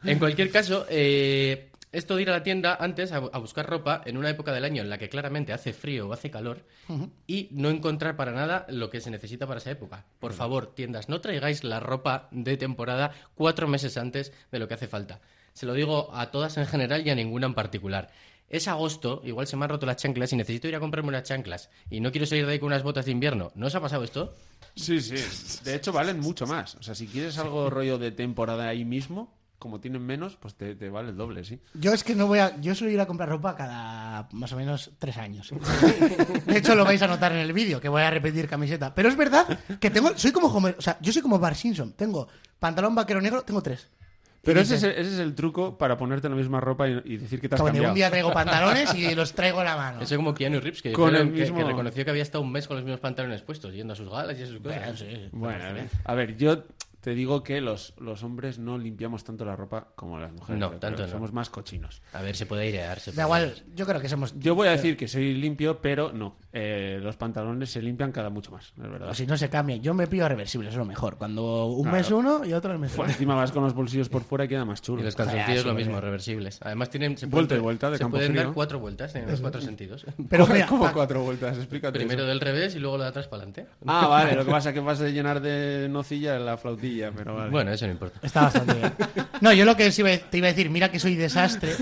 Speaker 5: En cualquier caso, eh, esto de ir a la tienda antes a, bu- a buscar ropa en una época del año en la que claramente hace frío o hace calor y no encontrar para nada lo que se necesita para esa época. Por favor, tiendas, no traigáis la ropa de temporada cuatro meses antes de lo que hace falta. Se lo digo a todas en general y a ninguna en particular. Es agosto, igual se me han roto las chanclas y necesito ir a comprarme unas chanclas y no quiero salir de ahí con unas botas de invierno. ¿No os ha pasado esto?
Speaker 4: Sí, sí. De hecho, valen mucho más. O sea, si quieres algo rollo de temporada ahí mismo, como tienen menos, pues te, te vale el doble, sí.
Speaker 2: Yo es que no voy a. Yo suelo ir a comprar ropa cada más o menos tres años. De hecho, lo vais a notar en el vídeo, que voy a repetir camiseta. Pero es verdad que tengo. Soy como Homer. O sea, yo soy como Bar Simpson. Tengo pantalón vaquero negro, tengo tres.
Speaker 4: Pero
Speaker 2: Y
Speaker 4: ese es,
Speaker 2: dices,
Speaker 4: el- ese es el truco para ponerte la misma ropa y, y decir que te has
Speaker 2: "Coño,
Speaker 4: cambiado.
Speaker 2: un día traigo pantalones y los traigo a la mano.
Speaker 5: Eso como Keanu Reeves, que,
Speaker 4: Ah. Con
Speaker 5: dijeron
Speaker 4: el
Speaker 5: que-
Speaker 4: mismo-
Speaker 5: que reconoció que había estado un mes con los mismos pantalones puestos, yendo a sus galas y a sus cosas.
Speaker 4: Bueno, a ver, a ver, yo te digo que los, los hombres no limpiamos tanto la ropa como las mujeres.
Speaker 5: No,
Speaker 4: yo creo.
Speaker 5: tanto no.
Speaker 4: Somos más cochinos.
Speaker 5: A ver, se puede airear. se
Speaker 2: Da
Speaker 5: puede
Speaker 2: igual, yo creo que somos.
Speaker 4: Yo voy a decir que soy limpio, pero no. Eh, los pantalones se limpian cada mucho más, es verdad.
Speaker 2: O si no se cambia, yo me pido reversible, es lo mejor. Cuando un
Speaker 4: Claro.
Speaker 2: mes uno y otro el mes
Speaker 4: Pues
Speaker 2: otro.
Speaker 4: encima vas con los bolsillos por fuera y queda más chulo.
Speaker 5: Y los calzoncillos lo mismo, reversibles. Además tienen... se
Speaker 4: Vuelta y
Speaker 5: pueden-
Speaker 4: vuelta de
Speaker 5: Se
Speaker 4: campo
Speaker 5: pueden dar
Speaker 4: frío.
Speaker 5: cuatro vueltas en los cuatro sentidos.
Speaker 4: Pero
Speaker 5: Coge-
Speaker 4: mira,
Speaker 5: coge
Speaker 4: pa- cuatro vueltas, explícate
Speaker 5: Primero
Speaker 4: eso.
Speaker 5: del revés y luego lo de atrás para adelante.
Speaker 4: Ah, vale, lo que pasa es que vas a llenar de nocilla la flautilla, pero vale.
Speaker 5: Bueno, eso no importa.
Speaker 2: Está bastante bien. No, yo lo que os iba- te iba a decir, mira que soy desastre,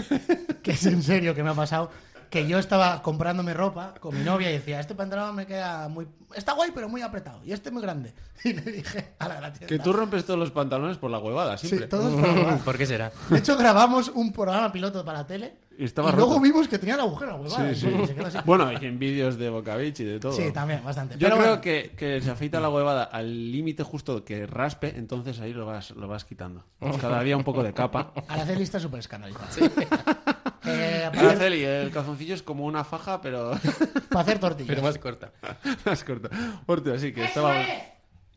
Speaker 2: que es en serio que me ha pasado, que yo estaba comprándome ropa con mi novia y decía, este pantalón me queda muy... Está guay, pero muy apretado. Y este muy grande. Y le dije a la de la tienda.
Speaker 4: Que tú rompes todos los pantalones por la huevada, siempre.
Speaker 2: todos por la huevada.
Speaker 5: ¿Por qué será?
Speaker 2: De hecho, grabamos un programa piloto para la tele
Speaker 4: Y
Speaker 2: y,
Speaker 4: estaba
Speaker 2: luego
Speaker 4: roto.
Speaker 2: vimos que tenía la agujera, huevada.
Speaker 4: Sí, sí.
Speaker 2: y se quedó así.
Speaker 4: Bueno, y en vídeos de Bocavich y de todo.
Speaker 2: Sí, también, bastante.
Speaker 4: Yo
Speaker 2: Pero
Speaker 4: creo
Speaker 2: bueno.
Speaker 4: que, que se afeita la huevada al límite justo que raspe, entonces ahí lo vas, lo vas quitando.
Speaker 2: Oh.
Speaker 4: Cada día un poco de capa.
Speaker 2: Araceli está súper escandalizada. Eh, para, hacer,
Speaker 4: Araceli, el calzoncillo es como una faja, pero
Speaker 2: para hacer tortillas.
Speaker 5: Pero más corta.
Speaker 4: más corta. Orte, así que estaba,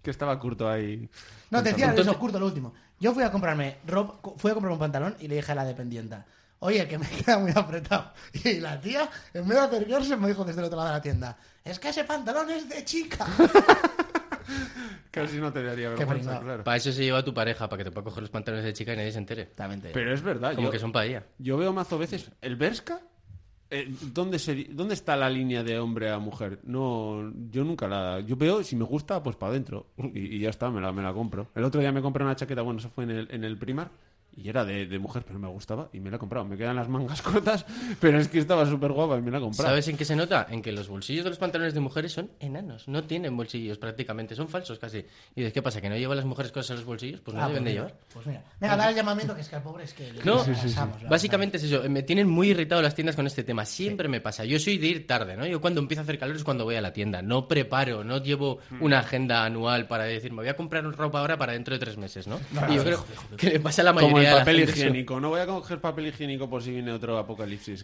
Speaker 4: que estaba curto ahí.
Speaker 2: No, te decía
Speaker 4: Entonces-
Speaker 2: eso, curto, lo último. Yo fui a comprarme ropa, co- fui a comprarme un pantalón y le dije a la dependienta, oye, que me queda muy apretado. Y la tía, en vez de acercarse, me dijo desde el otro lado de la tienda, es que ese pantalón es de chica.
Speaker 4: Casi no te daría vergüenza,
Speaker 2: pringao.
Speaker 4: claro.
Speaker 5: Para eso se lleva a tu pareja, para que te pueda coger los pantalones de chica y nadie se entere.
Speaker 4: Pero es verdad.
Speaker 5: Como
Speaker 4: yo-
Speaker 5: que son para ella.
Speaker 4: Yo veo mazo veces. ¿El Berska? Eh, ¿dónde, seri- ¿Dónde está la línea de hombre a mujer? No, yo nunca la. Yo veo, si me gusta, pues para adentro. Y, y ya está, me la, me la compro. El otro día me compré una chaqueta, bueno, eso fue en el, en el Primar. Y era de, de mujer, pero me gustaba y me la he comprado. Me quedan las mangas cortas, pero es que estaba súper guapa y me la he comprado.
Speaker 5: ¿Sabes en qué se nota? En que los bolsillos de los pantalones de mujeres son enanos. No tienen bolsillos prácticamente, son falsos casi. Y dices, ¿qué pasa? ¿Que no llevan las mujeres cosas en los bolsillos? Pues no
Speaker 2: Ah,
Speaker 5: deben
Speaker 2: pues
Speaker 5: de
Speaker 2: mira,
Speaker 5: llevar.
Speaker 2: Pues mira, venga, dale el llamamiento que es que al pobre es que... le-
Speaker 5: No,
Speaker 2: le arrasamos, le
Speaker 5: básicamente es eso. Me tienen muy irritado las tiendas con este tema. Siempre me pasa. Yo soy de ir tarde, ¿no? Yo cuando empiezo a hacer calor es cuando voy a la tienda. No preparo, no llevo una agenda anual para decir, me voy a comprar ropa ahora para dentro de tres meses, ¿no?
Speaker 4: Claro.
Speaker 5: y yo creo que le pasa a la mayoría
Speaker 4: Como el
Speaker 5: de la
Speaker 4: papel
Speaker 5: gente eso.
Speaker 4: higiénico. No voy a coger papel higiénico por si viene otro apocalipsis,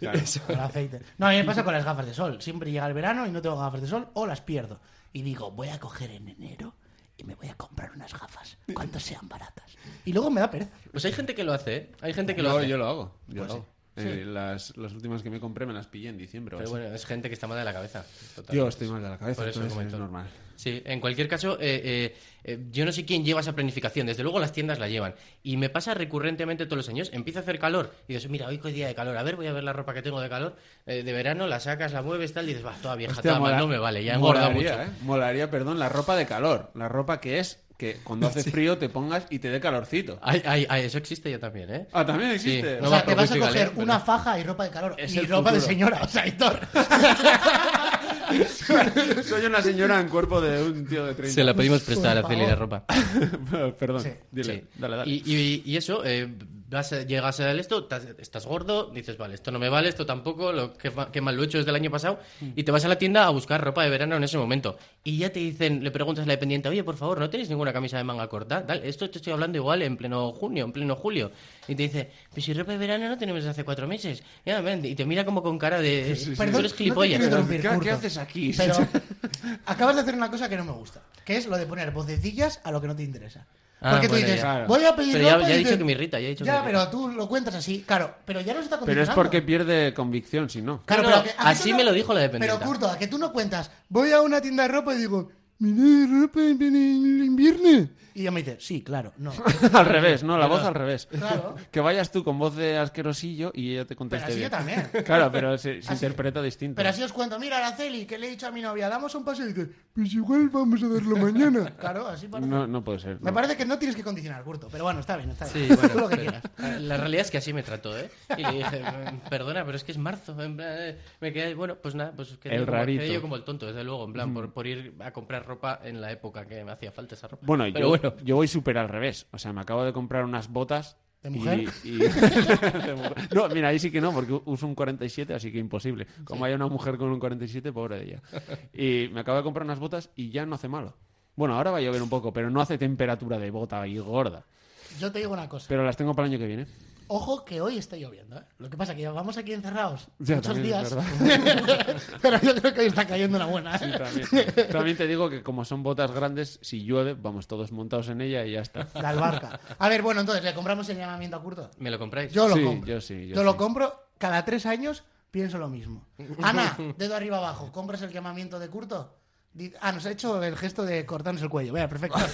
Speaker 4: claro.
Speaker 2: arrasamos Con aceite. No, a mí me pasa con las gafas de sol. Siempre llega el verano y no tengo gafas de sol o las pierdo. Y digo, voy a coger en enero y me voy a comprar unas gafas, cuantas sean baratas. Y luego me da pereza.
Speaker 5: Pues hay gente que lo hace, ¿eh? Hay gente que lo
Speaker 4: Yo-
Speaker 5: hace.
Speaker 4: Yo lo hago. Yo
Speaker 5: Pues
Speaker 4: lo
Speaker 5: sí.
Speaker 4: hago. Eh, las, las últimas que me compré me las pillé en diciembre. o
Speaker 5: Pero
Speaker 4: así.
Speaker 5: bueno, es gente que está mal de la cabeza. total.
Speaker 4: Yo estoy mal de la cabeza,
Speaker 5: Por eso
Speaker 4: entonces
Speaker 5: comento.
Speaker 4: es normal.
Speaker 5: Sí, en cualquier caso, eh, eh, eh, yo no sé quién lleva esa planificación. Desde luego las tiendas la llevan. Y me pasa recurrentemente todos los años. Empieza a hacer calor. Y dices, mira, hoy que es día de calor. A ver, voy a ver la ropa que tengo de calor. eh, de verano, la sacas, la mueves, tal. Y dices, va, toda vieja,
Speaker 4: Hostia,
Speaker 5: toda mal,
Speaker 4: mola-
Speaker 5: no me vale. Ya he engordado mucho.
Speaker 4: molaría, ¿eh? Molaría, perdón, la ropa de calor. La ropa que es que cuando hace frío te pongas y te dé calorcito.
Speaker 5: Ay, ay, ay, eso existe ya también, ¿eh?
Speaker 4: Ah, también existe.
Speaker 5: Sí, no
Speaker 4: O
Speaker 2: O
Speaker 5: vas
Speaker 2: sea, te
Speaker 5: por
Speaker 2: vas a
Speaker 5: Portugal,
Speaker 2: coger
Speaker 5: ¿eh?
Speaker 2: una faja y ropa de calor.
Speaker 4: Es
Speaker 2: y
Speaker 4: el
Speaker 2: ropa de
Speaker 4: futuro.
Speaker 2: señora, o sea, Hitor.
Speaker 4: Soy una señora en cuerpo de un tío de 30.
Speaker 5: Se la pedimos prestar a Celi de ropa.
Speaker 4: perdón,
Speaker 5: Sí.
Speaker 4: dile, dale, dale.
Speaker 5: Y, y- y eso, eh, vas a- llegas a esto, estás, estás gordo, dices, vale, esto no me vale, esto tampoco, lo que, fa- que mal lo he hecho desde el año pasado,
Speaker 4: Mm.
Speaker 5: y te vas a la tienda a buscar ropa de verano en ese momento. Y ya te dicen, le preguntas a la dependiente, oye, por favor, ¿no tenéis ninguna camisa de manga corta? Tal, esto te estoy hablando igual en pleno junio, en pleno julio. Y te dice, pues si ropa de verano no tenemos desde hace cuatro meses. Ya, ven, y te mira como con cara de...
Speaker 4: Sí, sí,
Speaker 5: "Tú
Speaker 4: sí.
Speaker 5: eres gilipollas".
Speaker 2: No te quiero interrumpir,
Speaker 4: ¿Qué- qué
Speaker 2: Curto,
Speaker 4: haces aquí?
Speaker 2: Pero acabas de hacer una cosa que no me gusta, que es lo de poner vocecillas a lo que no te interesa.
Speaker 5: Ah,
Speaker 2: Porque
Speaker 5: bueno,
Speaker 2: tú dices,
Speaker 5: ya.
Speaker 2: voy a pedir
Speaker 5: Pero ya-
Speaker 2: ropa
Speaker 5: ya he
Speaker 2: y
Speaker 5: dicho
Speaker 2: te-
Speaker 5: que me irrita, ya he dicho
Speaker 2: Ya,
Speaker 5: que me
Speaker 2: pero tú lo cuentas así, claro, pero ya no se está
Speaker 4: Pero es
Speaker 2: condicionando.
Speaker 4: porque pierde convicción, si no.
Speaker 2: Claro, pero a que- a que
Speaker 5: así
Speaker 2: tú
Speaker 5: me lo dijo la dependiente.
Speaker 2: Pero Curto, a que tú no cuentas, voy a una tienda de ropa y digo, miré ropa en el invierno. Y ella me dice, sí, claro, no.
Speaker 4: al revés, no, la
Speaker 2: Pero-
Speaker 4: voz al revés.
Speaker 2: Claro.
Speaker 4: Que vayas tú con voz de asquerosillo y ella te conteste
Speaker 2: Pero así
Speaker 4: bien.
Speaker 2: yo también.
Speaker 4: Claro, pero se, se
Speaker 2: Así-
Speaker 4: interpreta distinto.
Speaker 2: Pero así os cuento, mira, Araceli, que le he dicho a mi novia, damos un paseo y dice, pues igual vamos a darlo mañana. Claro, así parece.
Speaker 4: No, no puede ser.
Speaker 2: Me
Speaker 4: no.
Speaker 2: parece que no tienes que condicionar, Curto, pero bueno, está bien, está
Speaker 5: Sí,
Speaker 2: bien.
Speaker 5: bueno,
Speaker 2: Lo que
Speaker 5: pero
Speaker 2: quieras.
Speaker 5: la realidad es que así me trató, ¿eh? Y le dije, "Mm, perdona, pero es que es marzo. en plan, eh, me quedé, bueno, pues nada, pues quedé,
Speaker 4: El
Speaker 5: como,
Speaker 4: rarito. Mm.
Speaker 5: quedé yo como el tonto, desde luego, en plan, por, por ir a comprar ropa en la época que me hacía falta esa ropa.
Speaker 4: Bueno,
Speaker 5: Pero
Speaker 4: yo, yo voy súper al revés. O sea, me acabo de comprar unas botas.
Speaker 5: ¿De
Speaker 4: y-
Speaker 5: mujer?
Speaker 4: y- de mujer. No, mira, ahí sí que no, porque uso un 47, así que imposible. Como haya una mujer con un 47, pobre de ella. Y me acabo de comprar unas botas y ya no hace malo. Bueno, ahora va a llover un poco, pero no hace temperatura de bota y gorda.
Speaker 2: Yo te digo una cosa.
Speaker 4: Pero las tengo para el año que viene.
Speaker 2: Ojo que hoy está lloviendo, ¿eh? Lo que pasa es que llevamos aquí encerrados
Speaker 4: Ya,
Speaker 2: muchos
Speaker 4: también es
Speaker 2: días. pero yo creo que hoy está cayendo una buena. ¿eh?
Speaker 4: Sí, también. También te digo que como son botas grandes, si llueve, vamos todos montados en ella y ya está.
Speaker 2: La albarca. A ver, bueno, entonces, ¿le compramos el llamamiento a Curto?
Speaker 5: ¿Me lo compráis?
Speaker 2: Yo lo
Speaker 4: Sí,
Speaker 2: compro.
Speaker 4: yo sí, yo
Speaker 2: lo
Speaker 4: sí.
Speaker 2: compro cada tres años, pienso lo mismo. Ana, dedo arriba abajo, ¿compras el llamamiento de Curto? Di- Ah, nos ha hecho el gesto de cortarnos el cuello. Vea, perfecto.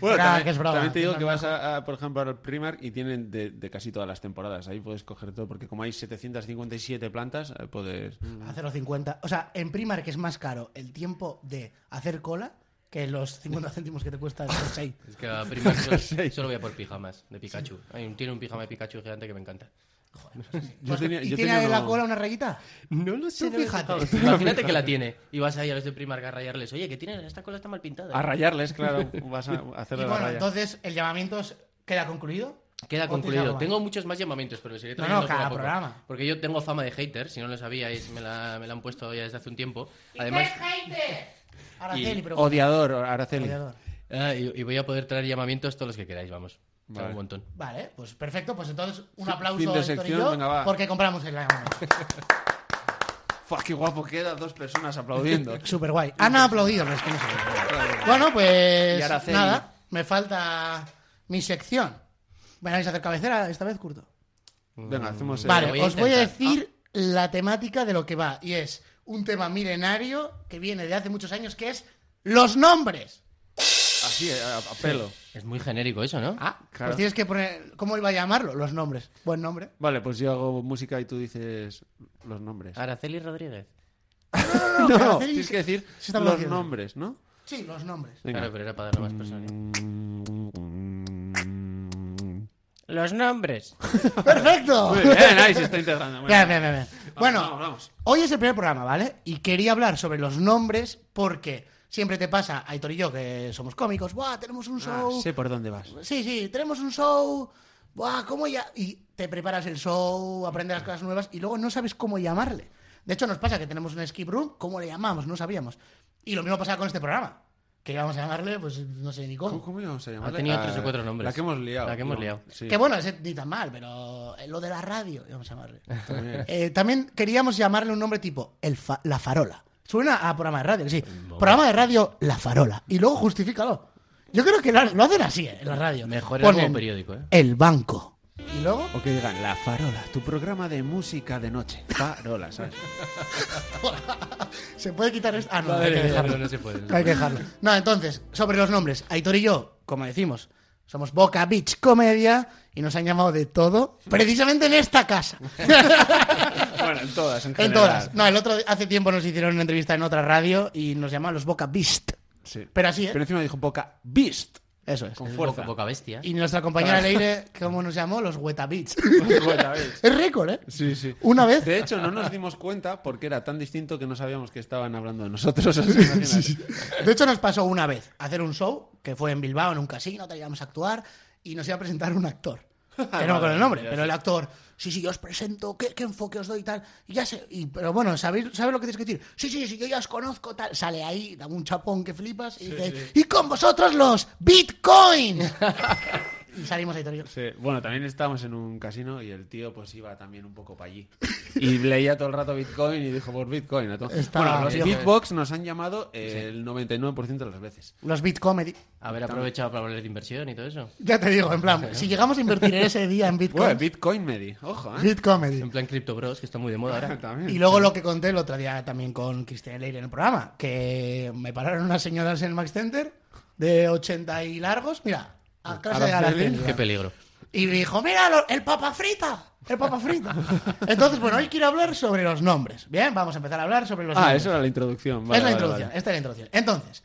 Speaker 4: Bueno,
Speaker 2: Era
Speaker 4: también,
Speaker 2: que es broma,
Speaker 4: también te
Speaker 2: que
Speaker 4: digo
Speaker 2: es
Speaker 4: que vas, a, a, por ejemplo, al Primark y tienen de, de casi todas las temporadas. Ahí puedes coger todo, porque como hay 757 plantas, eh, puedes...
Speaker 2: A 0,50. O sea, en Primark es más caro el tiempo de hacer cola que los 50 céntimos que te cuesta el jersey.
Speaker 5: Es que a Primark solo, solo voy a por pijamas de Pikachu. Hay un- tiene un pijama de Pikachu gigante que me encanta.
Speaker 4: Yo tenía-
Speaker 2: Pues, ¿Y tiene
Speaker 4: yo tenía
Speaker 2: en la
Speaker 4: uno-
Speaker 2: cola una rayita?
Speaker 5: No lo
Speaker 2: sé. fíjate.
Speaker 5: Imagínate que la tiene y vas ahí a los de Primark a rayarles. Oye, que tienen esta cola está mal pintada.
Speaker 4: A rayarles, claro, vas a hacer
Speaker 2: Y
Speaker 4: la
Speaker 2: bueno,
Speaker 4: raya.
Speaker 2: entonces el llamamiento es- queda concluido. ¿O
Speaker 5: Queda
Speaker 2: tienes
Speaker 5: concluido.
Speaker 2: algo más?
Speaker 5: Tengo muchos más llamamientos, pero los iré
Speaker 2: No, no,
Speaker 5: trayendo poco
Speaker 2: cada
Speaker 5: a poco.
Speaker 2: programa.
Speaker 5: Porque yo tengo fama de hater, si no lo sabíais, me la, me la han puesto ya desde hace un tiempo. Además,
Speaker 2: Araceli, pero-
Speaker 4: Odiador, Araceli.
Speaker 2: Odiador.
Speaker 5: Ah, y, y voy a poder traer llamamientos todos los que queráis, vamos. Tengo
Speaker 4: Vale.
Speaker 5: un montón.
Speaker 2: Vale, pues perfecto. Pues entonces un
Speaker 4: Fin-
Speaker 2: aplauso
Speaker 4: fin de
Speaker 2: a Héctor y
Speaker 4: sección,
Speaker 2: yo,
Speaker 4: venga, va.
Speaker 2: porque compramos el llamamiento.
Speaker 4: Fua, qué guapo queda, dos personas aplaudiendo.
Speaker 2: Súper guay. Ana ha aplaudido, pero es que no sé. Bueno, pues
Speaker 4: Y Araceli.
Speaker 2: nada, me falta mi sección. ¿Me vais a hacer cabecera esta vez, Curto?
Speaker 4: Venga, hacemos... eh,
Speaker 2: Mm. Vale, os voy a decir la temática de lo que va. Y es un tema milenario que viene de hace muchos años, que es los nombres.
Speaker 4: Así, a, a pelo.
Speaker 5: Es muy genérico eso, ¿no?
Speaker 2: Ah,
Speaker 4: Claro.
Speaker 2: Pues tienes que poner, ¿cómo iba a llamarlo? Los nombres. Buen nombre.
Speaker 4: Vale, pues yo hago música y tú dices los nombres.
Speaker 5: Araceli Rodríguez.
Speaker 4: No,
Speaker 2: Ah, Araceli
Speaker 4: tienes
Speaker 2: se-
Speaker 4: que decir
Speaker 2: se está
Speaker 4: los
Speaker 2: produciendo.
Speaker 4: nombres, ¿no?
Speaker 2: Sí, los nombres.
Speaker 4: Venga. Mm.
Speaker 5: Claro, pero era para dar más personas. Los nombres.
Speaker 2: ¡Perfecto!
Speaker 4: Muy bien, ahí se está integrando. muy
Speaker 2: Bien,
Speaker 4: bien.
Speaker 2: bien, bien, bien. Bueno,
Speaker 4: vamos, vamos.
Speaker 2: hoy es el primer programa, ¿vale? Y quería hablar sobre los nombres porque siempre te pasa, Aitor y yo, que somos cómicos, ¡buah, tenemos un
Speaker 4: Ah,
Speaker 2: show!
Speaker 4: sé por dónde vas.
Speaker 2: Sí, sí, tenemos un show. Buah, ¿cómo ya? Y te preparas el show, aprendes las cosas nuevas y luego no sabes cómo llamarle. De hecho, nos pasa que tenemos un skip room, ¿cómo le llamamos? No sabíamos. Y lo mismo pasaba con este programa. Que íbamos a llamarle, pues no sé ni
Speaker 4: ¿Cómo,
Speaker 2: cómo.
Speaker 4: cómo íbamos a llamarle?
Speaker 5: Ha tenido
Speaker 4: Ah,
Speaker 5: tres o cuatro nombres.
Speaker 4: La que hemos liado.
Speaker 5: La que hemos
Speaker 4: No,
Speaker 5: liado.
Speaker 4: sí.
Speaker 2: Que bueno, ese ni tan mal, pero eh, lo de la radio, íbamos a llamarle.
Speaker 4: También.
Speaker 2: Eh, también queríamos llamarle un nombre tipo el fa- La Farola. Suena a programa de radio, sí. Programa de radio La Farola. Y luego justifícalo. Yo creo que lo, lo hacen así eh, en la radio.
Speaker 5: Mejor era
Speaker 2: Ponen
Speaker 5: como periódico, ¿eh?
Speaker 2: El banco. ¿Y luego?
Speaker 4: O que digan, La Farola, tu programa de música de noche. Farola, ¿sabes?
Speaker 2: ¿Se puede quitar esto? Ah, no,
Speaker 5: Vale,
Speaker 2: hay que
Speaker 5: no,
Speaker 2: dejarlo.
Speaker 5: no, no se puede, no se
Speaker 2: hay que
Speaker 5: puede.
Speaker 2: dejarlo. No, entonces, sobre los nombres. Aitor y yo, como decimos, somos Boca Beach Comedia y nos han llamado de todo, precisamente en esta casa.
Speaker 4: bueno, en todas, en
Speaker 2: En
Speaker 4: general.
Speaker 2: todas. No, el otro hace tiempo nos hicieron una entrevista en otra radio y nos llamaban los Boca Beast.
Speaker 4: Sí.
Speaker 2: Pero así, ¿eh?
Speaker 4: Pero encima dijo Boca Beast.
Speaker 2: Eso es.
Speaker 4: Con
Speaker 5: Poca,
Speaker 4: fuerza.
Speaker 5: poca bestia.
Speaker 2: Y nuestra compañera Leire, ¿cómo nos llamó? Los Weta Beats.
Speaker 4: Boca Beast.
Speaker 2: es récord, ¿eh?
Speaker 4: Sí, sí.
Speaker 2: Una vez.
Speaker 4: De hecho, no nos dimos cuenta porque era tan distinto que no sabíamos que estaban hablando de nosotros. así que imagínate.
Speaker 2: De hecho, nos pasó una vez hacer un show que fue en Bilbao, en un casino, te íbamos a actuar y nos iba a presentar un actor. Que no con el nombre, pero el actor. Sí, sí, yo os presento, ¿qué, qué enfoque os doy y tal? Y ya sé, y- pero bueno, ¿sabéis, ¿sabéis lo que tienes que decir? Sí, sí, sí, yo ya os conozco, tal. Sale ahí, da un chapón que flipas y dice, y con vosotros los Bitcoin. y salimos ahí todos yo.
Speaker 4: Sí, Bueno, también estábamos en un casino y el tío pues iba también un poco para allí. Y leía todo el rato Bitcoin y dijo, por Bitcoin. a todo".
Speaker 2: Está
Speaker 4: bueno, los
Speaker 2: bien.
Speaker 4: Bitbox nos han llamado eh, el 99% de las veces.
Speaker 2: Los Bitcomedy.
Speaker 5: Haber aprovechado para hablar de inversión y todo eso.
Speaker 2: Ya te digo, en plan, si llegamos a invertir ese día en Bitcoin,
Speaker 4: Bueno, Bitcoin me di, ojo, ¿eh?
Speaker 2: Bitcomedy.
Speaker 5: En plan Crypto Bros, que está muy de moda ahora.
Speaker 2: Y luego lo que conté el otro día también con Cristian Leire en el programa, que me pararon unas señoras en el Max Center de 80 y largos, mira,
Speaker 4: Pues,
Speaker 2: a clase de Araceli.
Speaker 5: Qué peligro.
Speaker 2: Y me dijo, mira, lo- el papa frita, el papa frita. Entonces, bueno, hoy quiero hablar sobre los nombres. Bien, vamos a empezar a hablar sobre los
Speaker 4: Ah,
Speaker 2: nombres.
Speaker 4: eso era la introducción.
Speaker 2: es
Speaker 4: vale,
Speaker 2: la
Speaker 4: vale,
Speaker 2: introducción,
Speaker 4: vale.
Speaker 2: esta es la introducción. Entonces,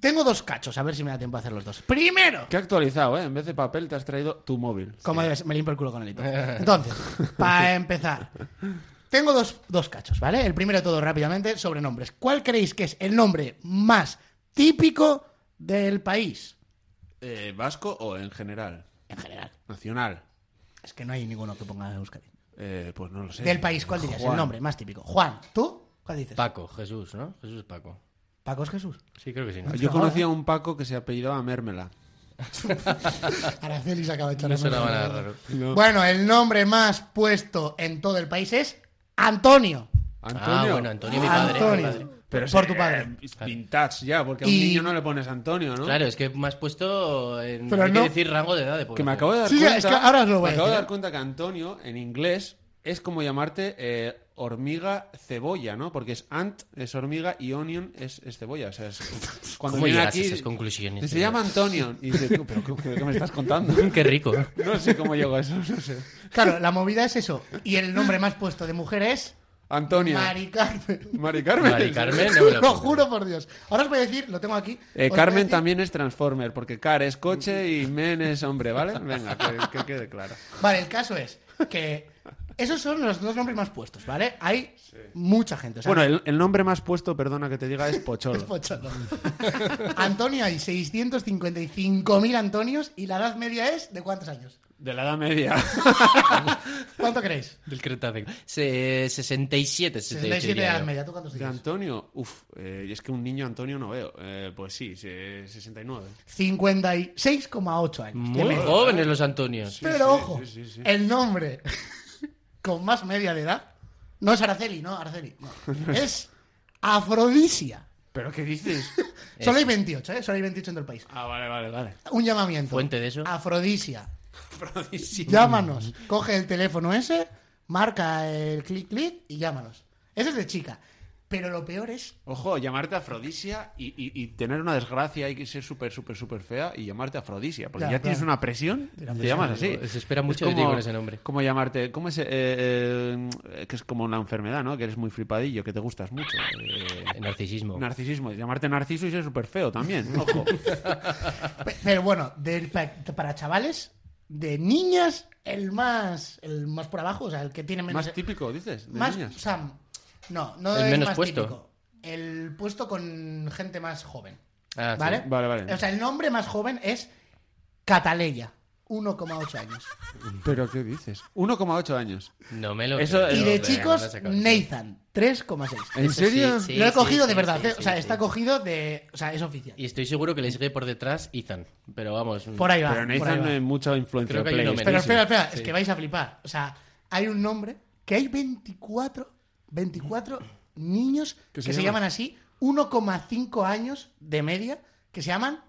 Speaker 2: tengo dos cachos, a ver si me da tiempo a hacer los dos. Primero,
Speaker 4: Qué actualizado, ¿eh? En vez de papel te has traído tu móvil.
Speaker 2: como debes, me limpio el culo con el hito. Entonces, para empezar, tengo dos, dos cachos, ¿vale? El primero de todo, rápidamente, sobre nombres. ¿Cuál creéis que es el nombre más típico del país?
Speaker 4: Eh, ¿Vasco o en general?
Speaker 2: En general.
Speaker 4: Nacional.
Speaker 2: Es que no hay ninguno que ponga Euskadi.
Speaker 4: Eh, pues no lo sé.
Speaker 2: Del país, ¿cuál dirías? El
Speaker 4: Juan.
Speaker 2: nombre más típico. Juan, ¿tú? ¿Cuál dices?
Speaker 5: Paco, Jesús, ¿no? Jesús es Paco.
Speaker 2: Paco es Jesús.
Speaker 5: Sí, creo que sí.
Speaker 4: Yo conocía a un Paco que se apellidaba Mérmela.
Speaker 2: Araceli se acaba de echar
Speaker 5: No
Speaker 2: la mano.
Speaker 5: sonaba nada raro.
Speaker 4: No.
Speaker 2: Bueno, el nombre más puesto en todo el país es Antonio.
Speaker 4: Antonio.
Speaker 5: Ah, bueno, Antonio, mi padre.
Speaker 2: Antonio.
Speaker 5: mi padre.
Speaker 4: Pero
Speaker 2: Por
Speaker 4: es,
Speaker 2: tu padre.
Speaker 4: eh, vintage ya, porque a un
Speaker 2: Y-
Speaker 4: niño no le pones Antonio, ¿no?
Speaker 5: Claro, es que me has puesto en.
Speaker 2: Pero
Speaker 5: hay
Speaker 2: no-
Speaker 5: que decir rango de edad de población.
Speaker 4: Que me acabo de dar
Speaker 2: Sí,
Speaker 4: cuenta.
Speaker 2: es que ahora os lo voy
Speaker 4: me
Speaker 2: a
Speaker 4: acabo
Speaker 2: decir,
Speaker 4: de
Speaker 2: ¿eh?
Speaker 4: dar cuenta que Antonio, en inglés, es como llamarte eh, hormiga cebolla, ¿no? Porque es ant es hormiga y onion es, es cebolla. O sea, es- cuando
Speaker 5: ¿Cómo
Speaker 4: viene
Speaker 5: llegas a
Speaker 4: aquí.
Speaker 5: esas conclusiones? Mm,
Speaker 4: Se llama Antonio. Y dice, tú, ¿pero qué, qué me estás contando?
Speaker 5: Qué rico.
Speaker 4: No sé cómo llegó a eso, no sé.
Speaker 2: Claro, la movida es eso. Y el nombre más puesto de mujer es
Speaker 4: Antonio.
Speaker 2: Mari Carmen.
Speaker 4: Mari Carmen.
Speaker 5: Mari Carmen, no me lo
Speaker 2: lo
Speaker 5: puedo
Speaker 2: juro por Dios. Ahora os voy a decir, lo tengo aquí.
Speaker 4: pues Eh,
Speaker 2: os voy a
Speaker 4: Carmen
Speaker 2: decir-
Speaker 4: también es Transformer, porque Car es coche y Men es hombre, ¿vale? Venga, que, que quede claro.
Speaker 2: Vale, el caso es que esos son los dos nombres más puestos, ¿vale? Hay mucha gente. o sea,
Speaker 4: Bueno, el, el nombre más puesto, perdona que te diga, es Pocholo.
Speaker 2: es pocholo. Antonio hay 655.000 Antonios y la edad media es de cuántos años?
Speaker 4: De la Edad Media.
Speaker 2: ¿Cuánto creéis?
Speaker 5: Del Cretácico. Se- 67,
Speaker 2: 67 de edad media, ¿tú cuántos
Speaker 4: De
Speaker 2: dices?
Speaker 4: Antonio, uff, y es que un niño Antonio no veo. Eh, pues sí, se- 69.
Speaker 2: 56,8 años. de
Speaker 5: Muy
Speaker 2: media.
Speaker 5: jóvenes los Antonios.
Speaker 2: Pero ojo, el nombre con más media de edad no es Araceli, no, Araceli. no. Es Afrodisia.
Speaker 4: ¿Pero qué dices?
Speaker 2: Solo hay 28, ¿eh? Solo hay 28 en todo el país.
Speaker 4: ah, vale, vale, vale.
Speaker 2: Un llamamiento.
Speaker 5: Fuente de eso.
Speaker 2: Afrodisia. Llámanos. Coge el teléfono ese, marca el clic, clic y llámanos. Ese es de chica. Pero lo peor es
Speaker 4: Ojo, llamarte Afrodisia y, y- y tener una desgracia y que ser súper, súper, súper fea y llamarte Afrodisia. Porque
Speaker 2: Claro,
Speaker 4: ya tienes
Speaker 2: claro.
Speaker 4: una presión,
Speaker 2: Una
Speaker 4: te
Speaker 2: presión,
Speaker 4: llamas así.
Speaker 5: digo, se espera
Speaker 4: Es
Speaker 5: mucho de ti con ese nombre.
Speaker 4: Como llamarte, ¿cómo es? eh, eh, eh, que es como una enfermedad, ¿no? Que eres muy flipadillo, que te gustas mucho. Eh,
Speaker 5: Narcisismo.
Speaker 4: narcisismo. Llamarte narciso y ser súper feo también. Ojo.
Speaker 2: Pe- Pero bueno, del pa- para chavales, de niñas, el más el más por abajo, o sea, el que tiene menos.
Speaker 4: Más típico, dices. De
Speaker 2: más-
Speaker 4: niñas.
Speaker 2: o sea, no, no
Speaker 5: El
Speaker 2: es
Speaker 5: menos
Speaker 2: más
Speaker 5: puesto.
Speaker 2: típico. El puesto con gente más joven.
Speaker 5: Ah, sí.
Speaker 2: ¿Vale?
Speaker 4: Vale, vale.
Speaker 2: O sea, el nombre más joven es Cataleya, 1,8 años.
Speaker 4: ¿Pero qué dices? 1,8 años.
Speaker 5: No me lo
Speaker 4: Eso-
Speaker 5: creo,
Speaker 2: Y
Speaker 5: hombre,
Speaker 2: de
Speaker 5: no me
Speaker 2: chicos,
Speaker 5: has sacado.
Speaker 2: Nathan, 3,6.
Speaker 4: ¿En
Speaker 5: Eso
Speaker 4: serio?
Speaker 5: sí, sí,
Speaker 2: Lo he
Speaker 5: sí,
Speaker 2: cogido
Speaker 5: sí,
Speaker 2: de verdad,
Speaker 5: sí,
Speaker 2: ¿eh? o
Speaker 5: sí,
Speaker 2: sea,
Speaker 5: sí.
Speaker 2: está cogido de. O sea, es oficial.
Speaker 5: Y estoy seguro que le sigue por detrás Ethan. Pero vamos. un-
Speaker 2: Por ahí va.
Speaker 4: Pero
Speaker 2: por ahí
Speaker 4: Nathan
Speaker 2: va.
Speaker 4: no es mucha influencia
Speaker 5: Creo que hay un
Speaker 4: PlayStation.
Speaker 2: Pero espera, espera, es
Speaker 5: Sí.
Speaker 2: que vais a flipar. O sea, hay un nombre que hay 24, 24 niños que
Speaker 4: ¿Qué
Speaker 2: se,
Speaker 4: se
Speaker 2: llaman
Speaker 4: llaman?
Speaker 2: así, 1,5 años de media, que se llaman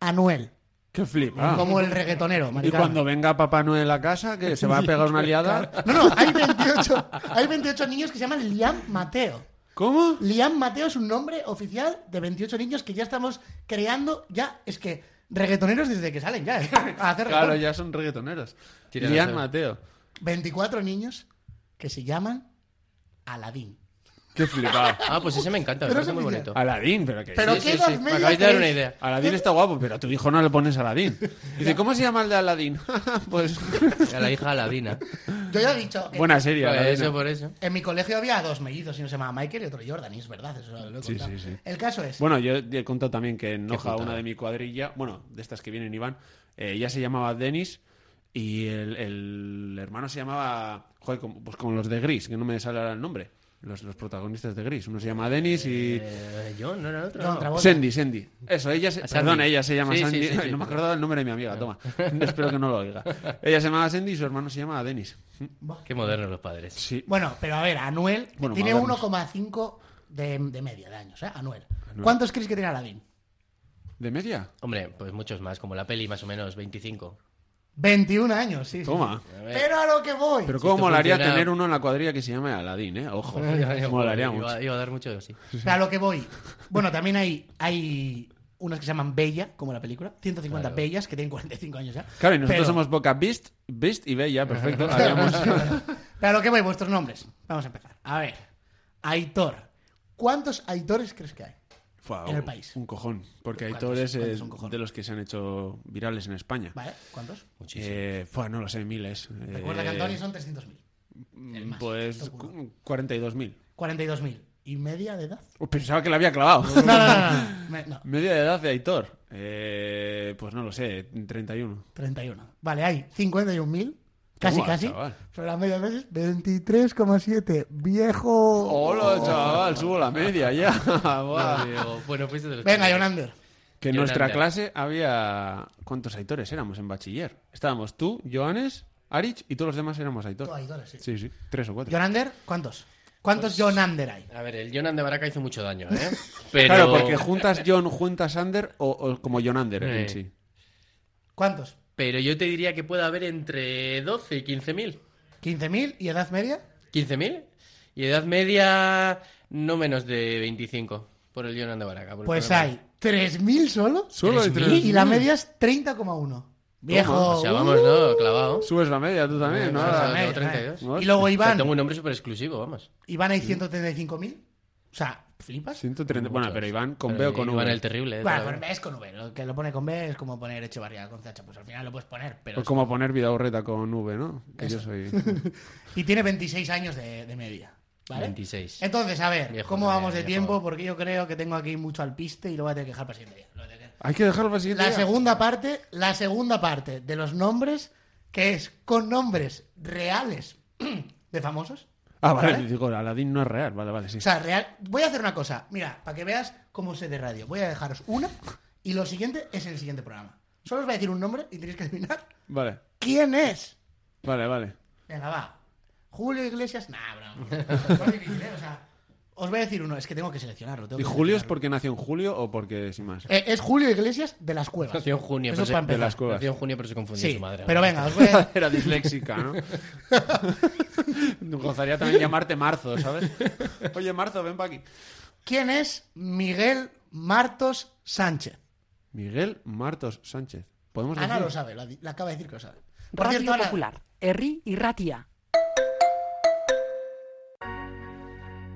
Speaker 2: Anuel.
Speaker 4: ¡Qué flipa!
Speaker 2: Como el reggaetonero,
Speaker 4: Ah. Y
Speaker 2: Maricarmen.
Speaker 4: cuando venga Papá Noel a casa, que se va a pegar una liada.
Speaker 2: No, no, hay 28, hay 28 niños que se llaman Liam Mateo.
Speaker 4: ¿Cómo?
Speaker 2: Liam Mateo es un nombre oficial de 28 niños que ya estamos creando, ya, es que reggaetoneros desde que salen ya, ¿eh? a hacer
Speaker 4: Claro,
Speaker 2: reggaetón.
Speaker 4: ya son reggaetoneros.
Speaker 5: Tira la
Speaker 4: Lian
Speaker 5: sal.
Speaker 4: Mateo.
Speaker 2: 24 niños que se llaman Aladín.
Speaker 4: ¡Qué flipa!
Speaker 5: Ah, pues ese me encanta, me
Speaker 2: Pero
Speaker 5: parece
Speaker 2: es
Speaker 5: muy
Speaker 2: oficial.
Speaker 5: bonito.
Speaker 4: Aladín, pero que.
Speaker 2: Pero
Speaker 5: Sí,
Speaker 2: qué
Speaker 5: sí,
Speaker 2: edad
Speaker 5: sí. Me
Speaker 2: media
Speaker 5: acabáis de dar una
Speaker 2: creéis?
Speaker 5: idea.
Speaker 4: Aladín está guapo, pero a tu hijo no le pones Aladín. Dice, ¿cómo se llama el de Aladín? pues.
Speaker 5: A la hija Aladina.
Speaker 2: Yo ya he dicho que
Speaker 4: Buena serie,
Speaker 5: Por
Speaker 4: Aladina.
Speaker 5: Pues eso, por eso.
Speaker 2: en mi colegio había dos mellizos, uno se llamaba Michael y otro Jordan, y es verdad, eso lo he
Speaker 4: Sí,
Speaker 2: contado.
Speaker 4: sí, sí.
Speaker 2: El caso es,
Speaker 4: Bueno, yo he contado también que en Noja,
Speaker 5: putada.
Speaker 4: una de mi cuadrilla, bueno, de estas que vienen Iván, eh, ya se llamaba Denis Y el, el hermano se llamaba, joder, como, pues como los de Gris, que no me sale ahora el nombre. Los, los protagonistas de Gris. Uno se llama Dennis y...
Speaker 5: Eh, John, no era otro.
Speaker 4: No,
Speaker 5: No.
Speaker 4: Sandy, Sandy. Eso, ella se,
Speaker 5: A Sandy.
Speaker 4: perdón, ella se llama
Speaker 5: Sí, sí,
Speaker 4: Sandy.
Speaker 5: sí, sí,
Speaker 4: no me
Speaker 5: sí.
Speaker 4: acordaba el nombre de mi amiga, toma. Espero que no lo oiga. Ella se llamaba Sandy y su hermano se llamaba Dennis.
Speaker 5: Qué modernos los padres.
Speaker 4: Sí.
Speaker 2: Bueno, pero a ver, Anuel
Speaker 4: Bueno,
Speaker 2: tiene
Speaker 4: modernos.
Speaker 2: 1,5 de, de media de años, ¿eh? Anuel.
Speaker 5: Anuel.
Speaker 2: ¿Cuántos crees que tiene Aladdin?
Speaker 4: ¿De media?
Speaker 5: Hombre, pues muchos más, como la peli, más o menos, 25.
Speaker 2: 21 años, sí. sí.
Speaker 4: Toma.
Speaker 2: Pero a lo que voy.
Speaker 4: Pero
Speaker 5: Si
Speaker 4: cómo
Speaker 5: esto
Speaker 4: molaría
Speaker 5: funciona-
Speaker 4: tener uno en la cuadrilla que se llame Aladín, ¿eh? Ojo. molaría
Speaker 5: Iba-
Speaker 4: mucho.
Speaker 5: Iba, a dar mucho, sí.
Speaker 2: O sea, a lo que voy. Bueno, también hay, hay unas que se llaman Bella, como la película. 150
Speaker 4: Claro.
Speaker 2: Bellas, que tienen 45 años ya.
Speaker 4: Claro, y nosotros
Speaker 2: Pero-
Speaker 4: somos Boca Beast, Beast y Bella, perfecto. Habíamos-
Speaker 2: Pero a lo que voy, vuestros nombres. Vamos a empezar. A ver. Aitor. ¿Cuántos Aitores crees que hay?
Speaker 4: Fua,
Speaker 2: En el
Speaker 4: un-
Speaker 2: país.
Speaker 4: Un cojón. Porque
Speaker 2: ¿Cuántos?
Speaker 4: Aitor es, eh,
Speaker 2: ¿Cuántos? Un cojón.
Speaker 4: de los que se han hecho virales en España.
Speaker 2: ¿Vale? ¿Cuántos?
Speaker 4: Eh, fua, no lo sé, miles.
Speaker 2: Recuerda
Speaker 4: Eh,
Speaker 2: que Antonio son 300.000. el más,
Speaker 4: Pues
Speaker 2: seguro.
Speaker 4: cu- 42.000.
Speaker 2: 42.000. ¿Y media de edad?
Speaker 4: Oh, Pensaba que la había clavado.
Speaker 2: No, no, no, no. Me- no.
Speaker 4: Media de edad de Aitor. Eh, pues no lo sé, 31.
Speaker 2: 31. Vale, hay 51.000. Casi,
Speaker 4: Toma,
Speaker 2: casi.
Speaker 4: chaval.
Speaker 2: Pero la media de edad es 23,7. Viejo.
Speaker 4: Hola, chaval, subo la media ya. Oh. Buah.
Speaker 5: Bueno, fuiste de los
Speaker 2: Venga,
Speaker 5: primeros.
Speaker 2: Jonander.
Speaker 4: Que
Speaker 5: Jonander.
Speaker 4: en nuestra clase había. ¿Cuántos aitores éramos en bachiller? Estábamos tú, Joanes, Arich y todos los demás éramos aitores.
Speaker 2: Todos Oh, aitores, sí.
Speaker 4: Sí, sí, tres o cuatro.
Speaker 2: Jonander, ¿cuántos? ¿Cuántos Jonander hay?
Speaker 5: A ver, el Jonan de Baraca hizo mucho daño, ¿eh? Pero...
Speaker 4: Claro, porque juntas John, juntas Ander o, o como Jonander en
Speaker 5: Sí.
Speaker 4: sí.
Speaker 2: ¿Cuántos?
Speaker 5: Pero yo te diría que puede haber entre 12 y 15.000.
Speaker 2: ¿15.000 y edad media?
Speaker 5: ¿15.000? Y edad media no menos de 25 por el Jonan de Baraca. por el
Speaker 2: Pues
Speaker 5: programa.
Speaker 2: hay 3.000 solo.
Speaker 5: Solo hay 3.000.
Speaker 2: Y la media es 30,1. Viejo. uh,
Speaker 5: O sea, vamos, no, clavado.
Speaker 4: Subes la media tú también, ¿no?
Speaker 5: O sea,
Speaker 4: Ahora-
Speaker 5: tengo 32.
Speaker 4: ¿no?
Speaker 2: eh. Y luego
Speaker 5: O sea,
Speaker 2: Iván.
Speaker 5: tengo un Mm. nombre súper exclusivo, vamos.
Speaker 2: Iván hay 135.000. O sea, flipas.
Speaker 4: 130. Bueno, pero Iván con B
Speaker 5: Pero
Speaker 4: o con V.
Speaker 5: Iván el terrible, ¿eh?
Speaker 2: Bueno, con B es con V. Lo que lo pone con B es como poner Echevarría con CH. Pues al final lo puedes poner, pero.
Speaker 4: Pues
Speaker 2: es-
Speaker 4: como poner vida horreta con V, ¿no? Que yo soy.
Speaker 2: Y tiene 26 años de, de media. ¿Vale?
Speaker 5: 26.
Speaker 2: Entonces, a ver,
Speaker 5: Viejo
Speaker 2: ¿cómo
Speaker 5: de-
Speaker 2: vamos de
Speaker 5: viejo.
Speaker 2: tiempo? Porque yo creo que tengo aquí mucho al piste y lo voy a tener que dejar para el siguiente día. Lo voy a tener que-
Speaker 4: Hay que dejarlo para el siguiente.
Speaker 2: La
Speaker 4: día.
Speaker 2: segunda parte, la segunda parte de los nombres, que es con nombres reales de famosos.
Speaker 4: Ah, vale, digo, Aladín no es real. Vale, vale, sí.
Speaker 2: O sea, real. Voy a hacer una cosa. Mira, para que veas cómo sé de radio. Voy a dejaros una y lo siguiente es el siguiente programa. Solo os voy a decir un nombre y tenéis que adivinar
Speaker 4: Vale,
Speaker 2: quién es.
Speaker 4: vale, vale.
Speaker 2: Venga, va. Julio Iglesias. Nah, broma. Es difícil, ¿eh? O sea, os voy a decir uno. Es que tengo que seleccionarlo. tengo
Speaker 4: ¿Y
Speaker 2: que
Speaker 4: Julio es
Speaker 2: seleccionarlo.
Speaker 4: porque nació en julio o porque sin más?
Speaker 2: Eh, es Julio Iglesias de las cuevas.
Speaker 5: Nació en junio,
Speaker 2: Eso
Speaker 5: pero se,
Speaker 2: para empezar.
Speaker 4: de las cuevas.
Speaker 5: nació en junio, pero se confundió
Speaker 2: Sí,
Speaker 5: su madre.
Speaker 2: pero venga, os voy a...
Speaker 4: Era disléxica, ¿no? Gozaría también llamarte Marzo, ¿sabes? Oye, Marzo, ven para aquí.
Speaker 2: ¿Quién es Miguel Martos Sánchez?
Speaker 4: Miguel Martos Sánchez. ¿Podemos
Speaker 2: Ana
Speaker 4: Pues decir?
Speaker 2: lo sabe, lo, ha di- lo acaba de decir que lo sabe. Por
Speaker 13: Radio
Speaker 2: cierto, Ana,
Speaker 13: Popular, Herri y Ratia.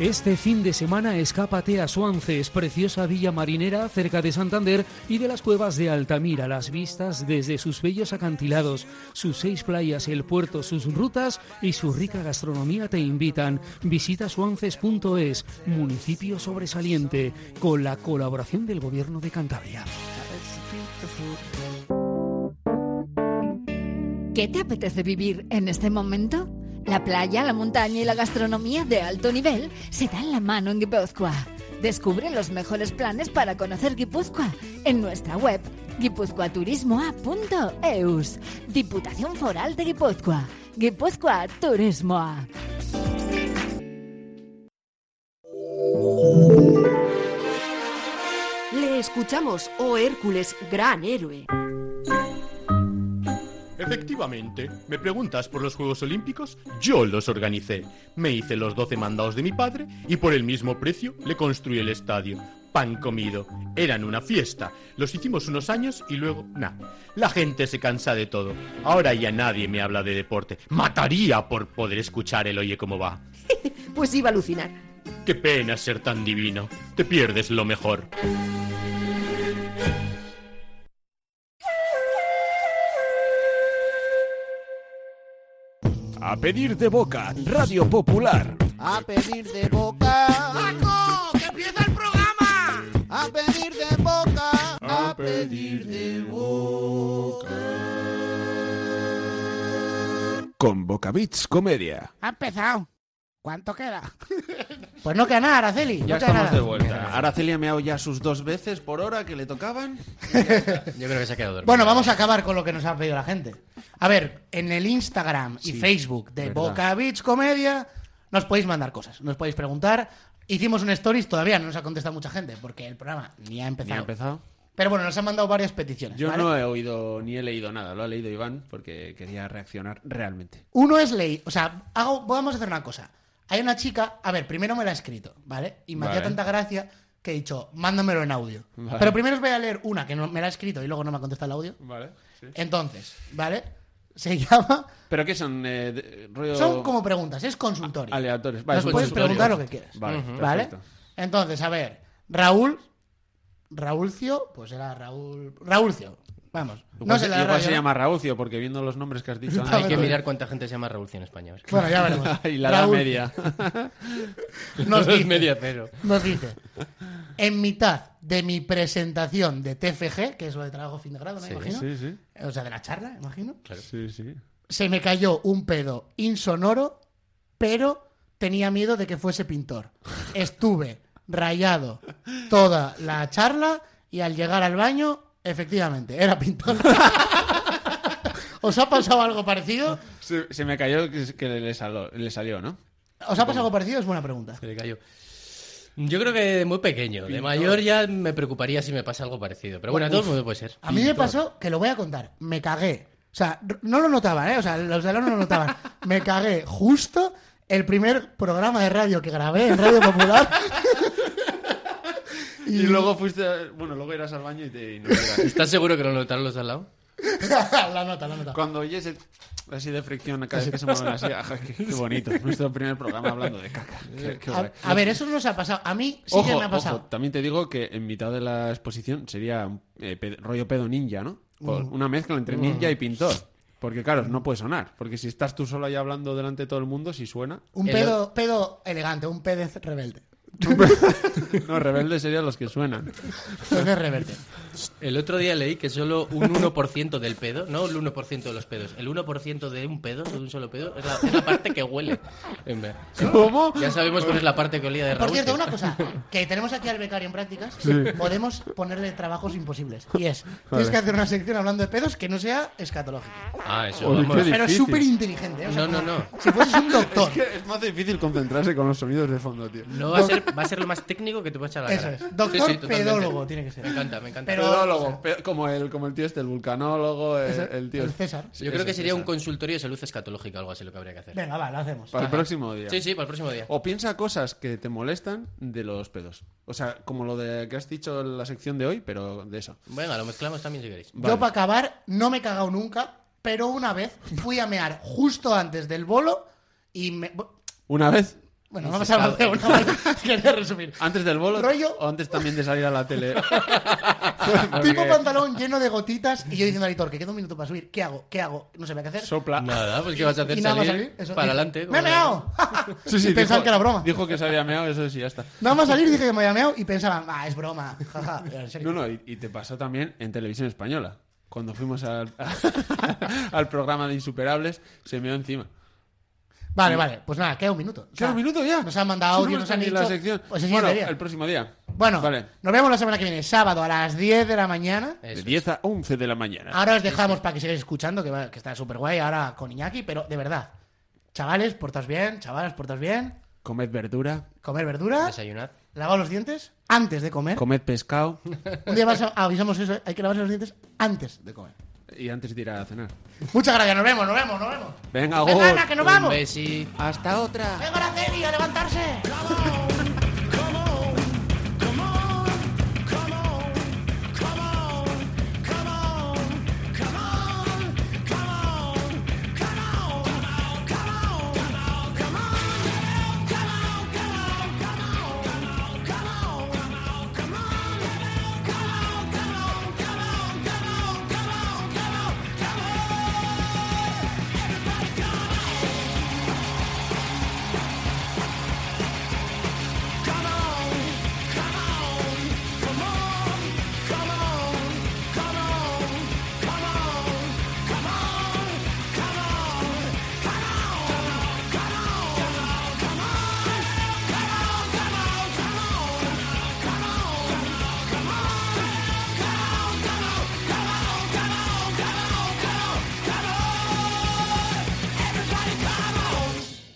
Speaker 14: Este fin de semana escápate a Suances, preciosa villa marinera cerca de Santander y de las cuevas de Altamira, las vistas desde sus bellos acantilados, sus seis playas, el puerto, sus rutas y su rica gastronomía te invitan. Visita suances.es, municipio sobresaliente, con la colaboración del Gobierno de Cantabria.
Speaker 7: ¿Qué te apetece vivir en este momento? La playa, la montaña y la gastronomía de alto nivel se dan la mano en Guipúzcoa. Descubre los mejores planes para conocer Guipúzcoa en nuestra web guipuzcoaturismoa.eus. Diputación Foral de Guipúzcoa. Guipúzcoa Turismo. A.
Speaker 11: Le escuchamos, oh Hércules, gran héroe.
Speaker 10: Efectivamente. ¿Me preguntas por los Juegos Olímpicos? Yo los organicé. Me hice los 12 mandados de mi padre y por el mismo precio le construí el estadio. Pan comido. Eran una fiesta. Los hicimos unos años y luego, nah. La gente se cansa de todo. Ahora ya nadie me habla de deporte. Mataría por poder escuchar el oye cómo va.
Speaker 11: Pues iba a alucinar.
Speaker 10: Qué pena ser tan divino. Te pierdes lo mejor.
Speaker 1: A pedir de boca, Radio Popular.
Speaker 3: A pedir de boca. ¡Paco! ¡Que empieza el programa! A pedir de boca. A pedir de boca.
Speaker 1: Con Bocavits Comedia.
Speaker 15: Ha empezado. ¿Cuánto queda?
Speaker 2: Pues no queda nada, Araceli. no
Speaker 4: Ya
Speaker 2: queda
Speaker 4: estamos
Speaker 2: nada.
Speaker 4: de vuelta. Araceli ha meado ya sus dos veces por hora que le tocaban.
Speaker 5: Yo creo que se ha quedado dormido.
Speaker 2: Bueno, vamos a acabar con lo que nos ha pedido la gente. A ver, en el Instagram
Speaker 5: Sí,
Speaker 2: y Facebook de
Speaker 5: verdad.
Speaker 2: Boca Beach Comedia nos podéis mandar cosas, nos podéis preguntar. Hicimos un stories, todavía no nos ha contestado mucha gente porque el programa ni ha empezado.
Speaker 4: Ni ha empezado.
Speaker 2: Pero bueno, nos han mandado varias peticiones.
Speaker 4: Yo
Speaker 2: ¿vale?
Speaker 4: no he oído ni he leído nada, lo ha leído Iván porque quería reaccionar realmente.
Speaker 2: Uno es ley. O sea, hago, vamos a hacer una cosa. Hay una chica, a ver, primero me la ha escrito, ¿vale? Y me hacía
Speaker 4: Vale.
Speaker 2: tanta gracia que he dicho, mándamelo en audio.
Speaker 4: Vale.
Speaker 2: Pero primero os voy a leer una que no, me la ha escrito y luego no me ha contestado el audio.
Speaker 4: Vale.
Speaker 2: Entonces, ¿vale? Se llama.
Speaker 4: ¿Pero qué son? Eh, de- rollo-
Speaker 2: Son como preguntas, es consultorio.
Speaker 4: aleatorios. Vale,
Speaker 2: Nos
Speaker 4: son
Speaker 2: puedes
Speaker 4: consultorios.
Speaker 2: preguntar lo que quieras.
Speaker 4: Vale,
Speaker 2: Ujú.
Speaker 4: perfecto.
Speaker 2: Entonces, a ver, Raúl. Raúlcio, pues era Raúl. Raúlcio, vamos. No
Speaker 4: Igual
Speaker 2: sé
Speaker 4: se-
Speaker 2: la
Speaker 4: igual
Speaker 2: radio,
Speaker 4: se
Speaker 2: ¿no?
Speaker 4: llama Raúcio, porque viendo los nombres que has dicho antes-
Speaker 5: Hay que mirar cuánta gente se llama Revolución en España.
Speaker 2: Bueno, ya veremos.
Speaker 4: y la edad
Speaker 2: Raúl.
Speaker 4: media.
Speaker 2: Nos
Speaker 5: Los
Speaker 2: dice-
Speaker 5: media cero.
Speaker 2: Nos dice, en mitad de mi presentación de TFG, que es lo de trabajo fin de grado, me
Speaker 4: Sí,
Speaker 2: imagino.
Speaker 4: sí, sí.
Speaker 2: O sea, de la charla, imagino.
Speaker 4: Sí, sí.
Speaker 2: Se me cayó un pedo insonoro, pero tenía miedo de que fuese pintor. Estuve rayado toda la charla y al llegar al baño, efectivamente, era pintor. ¿Os ha pasado algo parecido?
Speaker 4: Se, se me cayó que, que le, salió, le salió, ¿no?
Speaker 2: ¿Os ha pasado algo parecido? Es buena pregunta.
Speaker 5: Se le cayó. Yo creo que de muy pequeño. De
Speaker 2: Pintor.
Speaker 5: mayor ya me preocuparía si me pasa algo parecido. Pero bueno, a todo el
Speaker 2: Uf.
Speaker 5: mundo puede ser.
Speaker 2: A mí me pasó que lo voy a contar. Me cagué. O sea, r- no lo notaban, ¿eh? O sea, los de al lado no lo notaban. Me cagué justo el primer programa de radio que grabé en Radio Popular.
Speaker 4: Y, luego fuiste. a- Bueno, luego irás al baño y te. y no verás.
Speaker 5: ¿Estás seguro que lo notaron los de al lado?
Speaker 2: la nota, la nota.
Speaker 4: Cuando oyes el- así de fricción cada vez que se mueve la silla, ajá, qué, qué bonito. Nuestro primer programa hablando de caca. Qué- qué guay.
Speaker 2: A, a ver, eso no se ha pasado. A mí sí que
Speaker 4: Ojo,
Speaker 2: me ha pasado.
Speaker 4: ojo, también te digo que en mitad de la exposición sería eh, pe- rollo pedo ninja, ¿no? Por-
Speaker 2: Mm.
Speaker 4: Una mezcla entre
Speaker 2: Mm.
Speaker 4: ninja y pintor. Porque claro, no puede sonar. Porque si estás tú solo ahí hablando delante de todo el mundo, si suena...
Speaker 2: Un pedo, pedo elegante, un pedo rebelde.
Speaker 4: No, rebeldes serían los que suenan.
Speaker 2: Pedo rebelde.
Speaker 5: El otro día leí que solo un 1% del pedo, no el 1% de los pedos, el 1% de un pedo, de un solo pedo, es la, es la parte que huele. En vez-
Speaker 4: ¿Cómo?
Speaker 5: Ya sabemos cuál es la parte que olía de Raúl.
Speaker 2: Por cierto,
Speaker 5: que-
Speaker 2: una cosa, que tenemos aquí al becario en prácticas,
Speaker 5: Sí.
Speaker 2: podemos ponerle trabajos imposibles. Y es, tienes
Speaker 5: Vale.
Speaker 2: que hacer una sección hablando de pedos que no sea escatológica.
Speaker 5: Ah, eso,
Speaker 4: Oye,
Speaker 5: vamos.
Speaker 4: qué
Speaker 2: Pero
Speaker 4: difícil.
Speaker 2: súper inteligente.
Speaker 5: No, no, no.
Speaker 2: Si fueses un doctor.
Speaker 4: Es que es más difícil concentrarse con los sonidos de fondo, tío.
Speaker 5: No va a, ser, va a ser lo más técnico que te pueda echar a la
Speaker 2: Eso
Speaker 5: cara.
Speaker 2: es. Doctor
Speaker 5: totalmente.
Speaker 2: pedólogo tiene que ser.
Speaker 5: Me encanta, me encanta.
Speaker 4: Pedólogo, pe- como, el, como el tío este, el vulcanólogo, el,
Speaker 2: Eso,
Speaker 4: el tío...
Speaker 2: el César.
Speaker 4: Sí,
Speaker 5: Yo creo
Speaker 4: ese,
Speaker 5: que sería un
Speaker 4: César.
Speaker 5: consultorio de salud escatológica, algo así lo que habría que hacer.
Speaker 2: Venga, va, lo hacemos.
Speaker 4: Para el
Speaker 5: Ajá.
Speaker 4: próximo día.
Speaker 5: Sí, sí, para el próximo día.
Speaker 4: O piensa cosas que te molestan de los pedos. O sea, como lo de que has dicho en la sección de hoy, pero de eso.
Speaker 5: Venga, lo mezclamos también si queréis.
Speaker 2: Yo, para acabar, no me he cagado nunca, pero una vez fui a mear justo antes del bolo y me.
Speaker 4: ¿Una vez?
Speaker 2: Bueno, vamos a hablar de una vez. Quería resumir.
Speaker 4: ¿Antes del bolo?
Speaker 2: Rollo-
Speaker 4: ¿O antes también de salir a la tele?
Speaker 2: Tipo
Speaker 4: Porque
Speaker 2: pantalón lleno de gotitas y yo diciendo al editor que queda un minuto para subir. ¿Qué hago? ¿Qué hago? No sabía qué hacer.
Speaker 4: Sopla.
Speaker 5: Nada, pues ¿qué vas a hacer?
Speaker 2: Y nada más
Speaker 5: Salir
Speaker 2: salir, eso.
Speaker 5: para
Speaker 2: Dije,
Speaker 5: adelante.
Speaker 2: ¡Me he
Speaker 5: como-
Speaker 2: meado!
Speaker 4: Sí, sí,
Speaker 2: y pensaban
Speaker 4: dijo-
Speaker 2: que era broma.
Speaker 4: Dijo que se había meado, eso sí, ya está.
Speaker 2: Nada más salir dije que me había meado y pensaban, ah, es broma. jaja".
Speaker 4: No, no, y, y te pasó también en televisión española. Cuando fuimos al, al programa de Insuperables, se meó encima.
Speaker 2: Vale, vale, pues nada, queda un minuto.
Speaker 4: Queda un minuto ya.
Speaker 2: Nos han mandado
Speaker 4: Sí,
Speaker 2: audio,
Speaker 4: no
Speaker 2: nos
Speaker 4: hemos
Speaker 2: han dicho.
Speaker 4: tenido la sección.
Speaker 2: Pues así
Speaker 4: bueno,
Speaker 2: sería.
Speaker 4: el próximo día.
Speaker 2: Bueno,
Speaker 4: vale.
Speaker 2: nos vemos la semana que viene, sábado a las 10 de la mañana.
Speaker 4: De 10 a 11 de la mañana.
Speaker 2: Ahora os dejamos para que sigáis escuchando, que, va- que está súper guay ahora con Iñaki, pero de verdad, chavales, portaos bien, chavalas, portaos bien,
Speaker 4: Comed verdura,
Speaker 2: comer verdura,
Speaker 5: Desayunad.
Speaker 2: lavaos los dientes antes de comer.
Speaker 4: comed pescado.
Speaker 2: Un día vas a- avisamos eso, hay que lavarse los dientes antes de comer.
Speaker 4: Y antes de ir a cenar.
Speaker 2: Muchas gracias, nos vemos, nos vemos, nos vemos.
Speaker 4: Venga,
Speaker 2: Venga,
Speaker 4: Gor.
Speaker 2: Ana, que nos vamos.
Speaker 4: besi.
Speaker 2: Hasta otra. Venga la Celia, levantarse.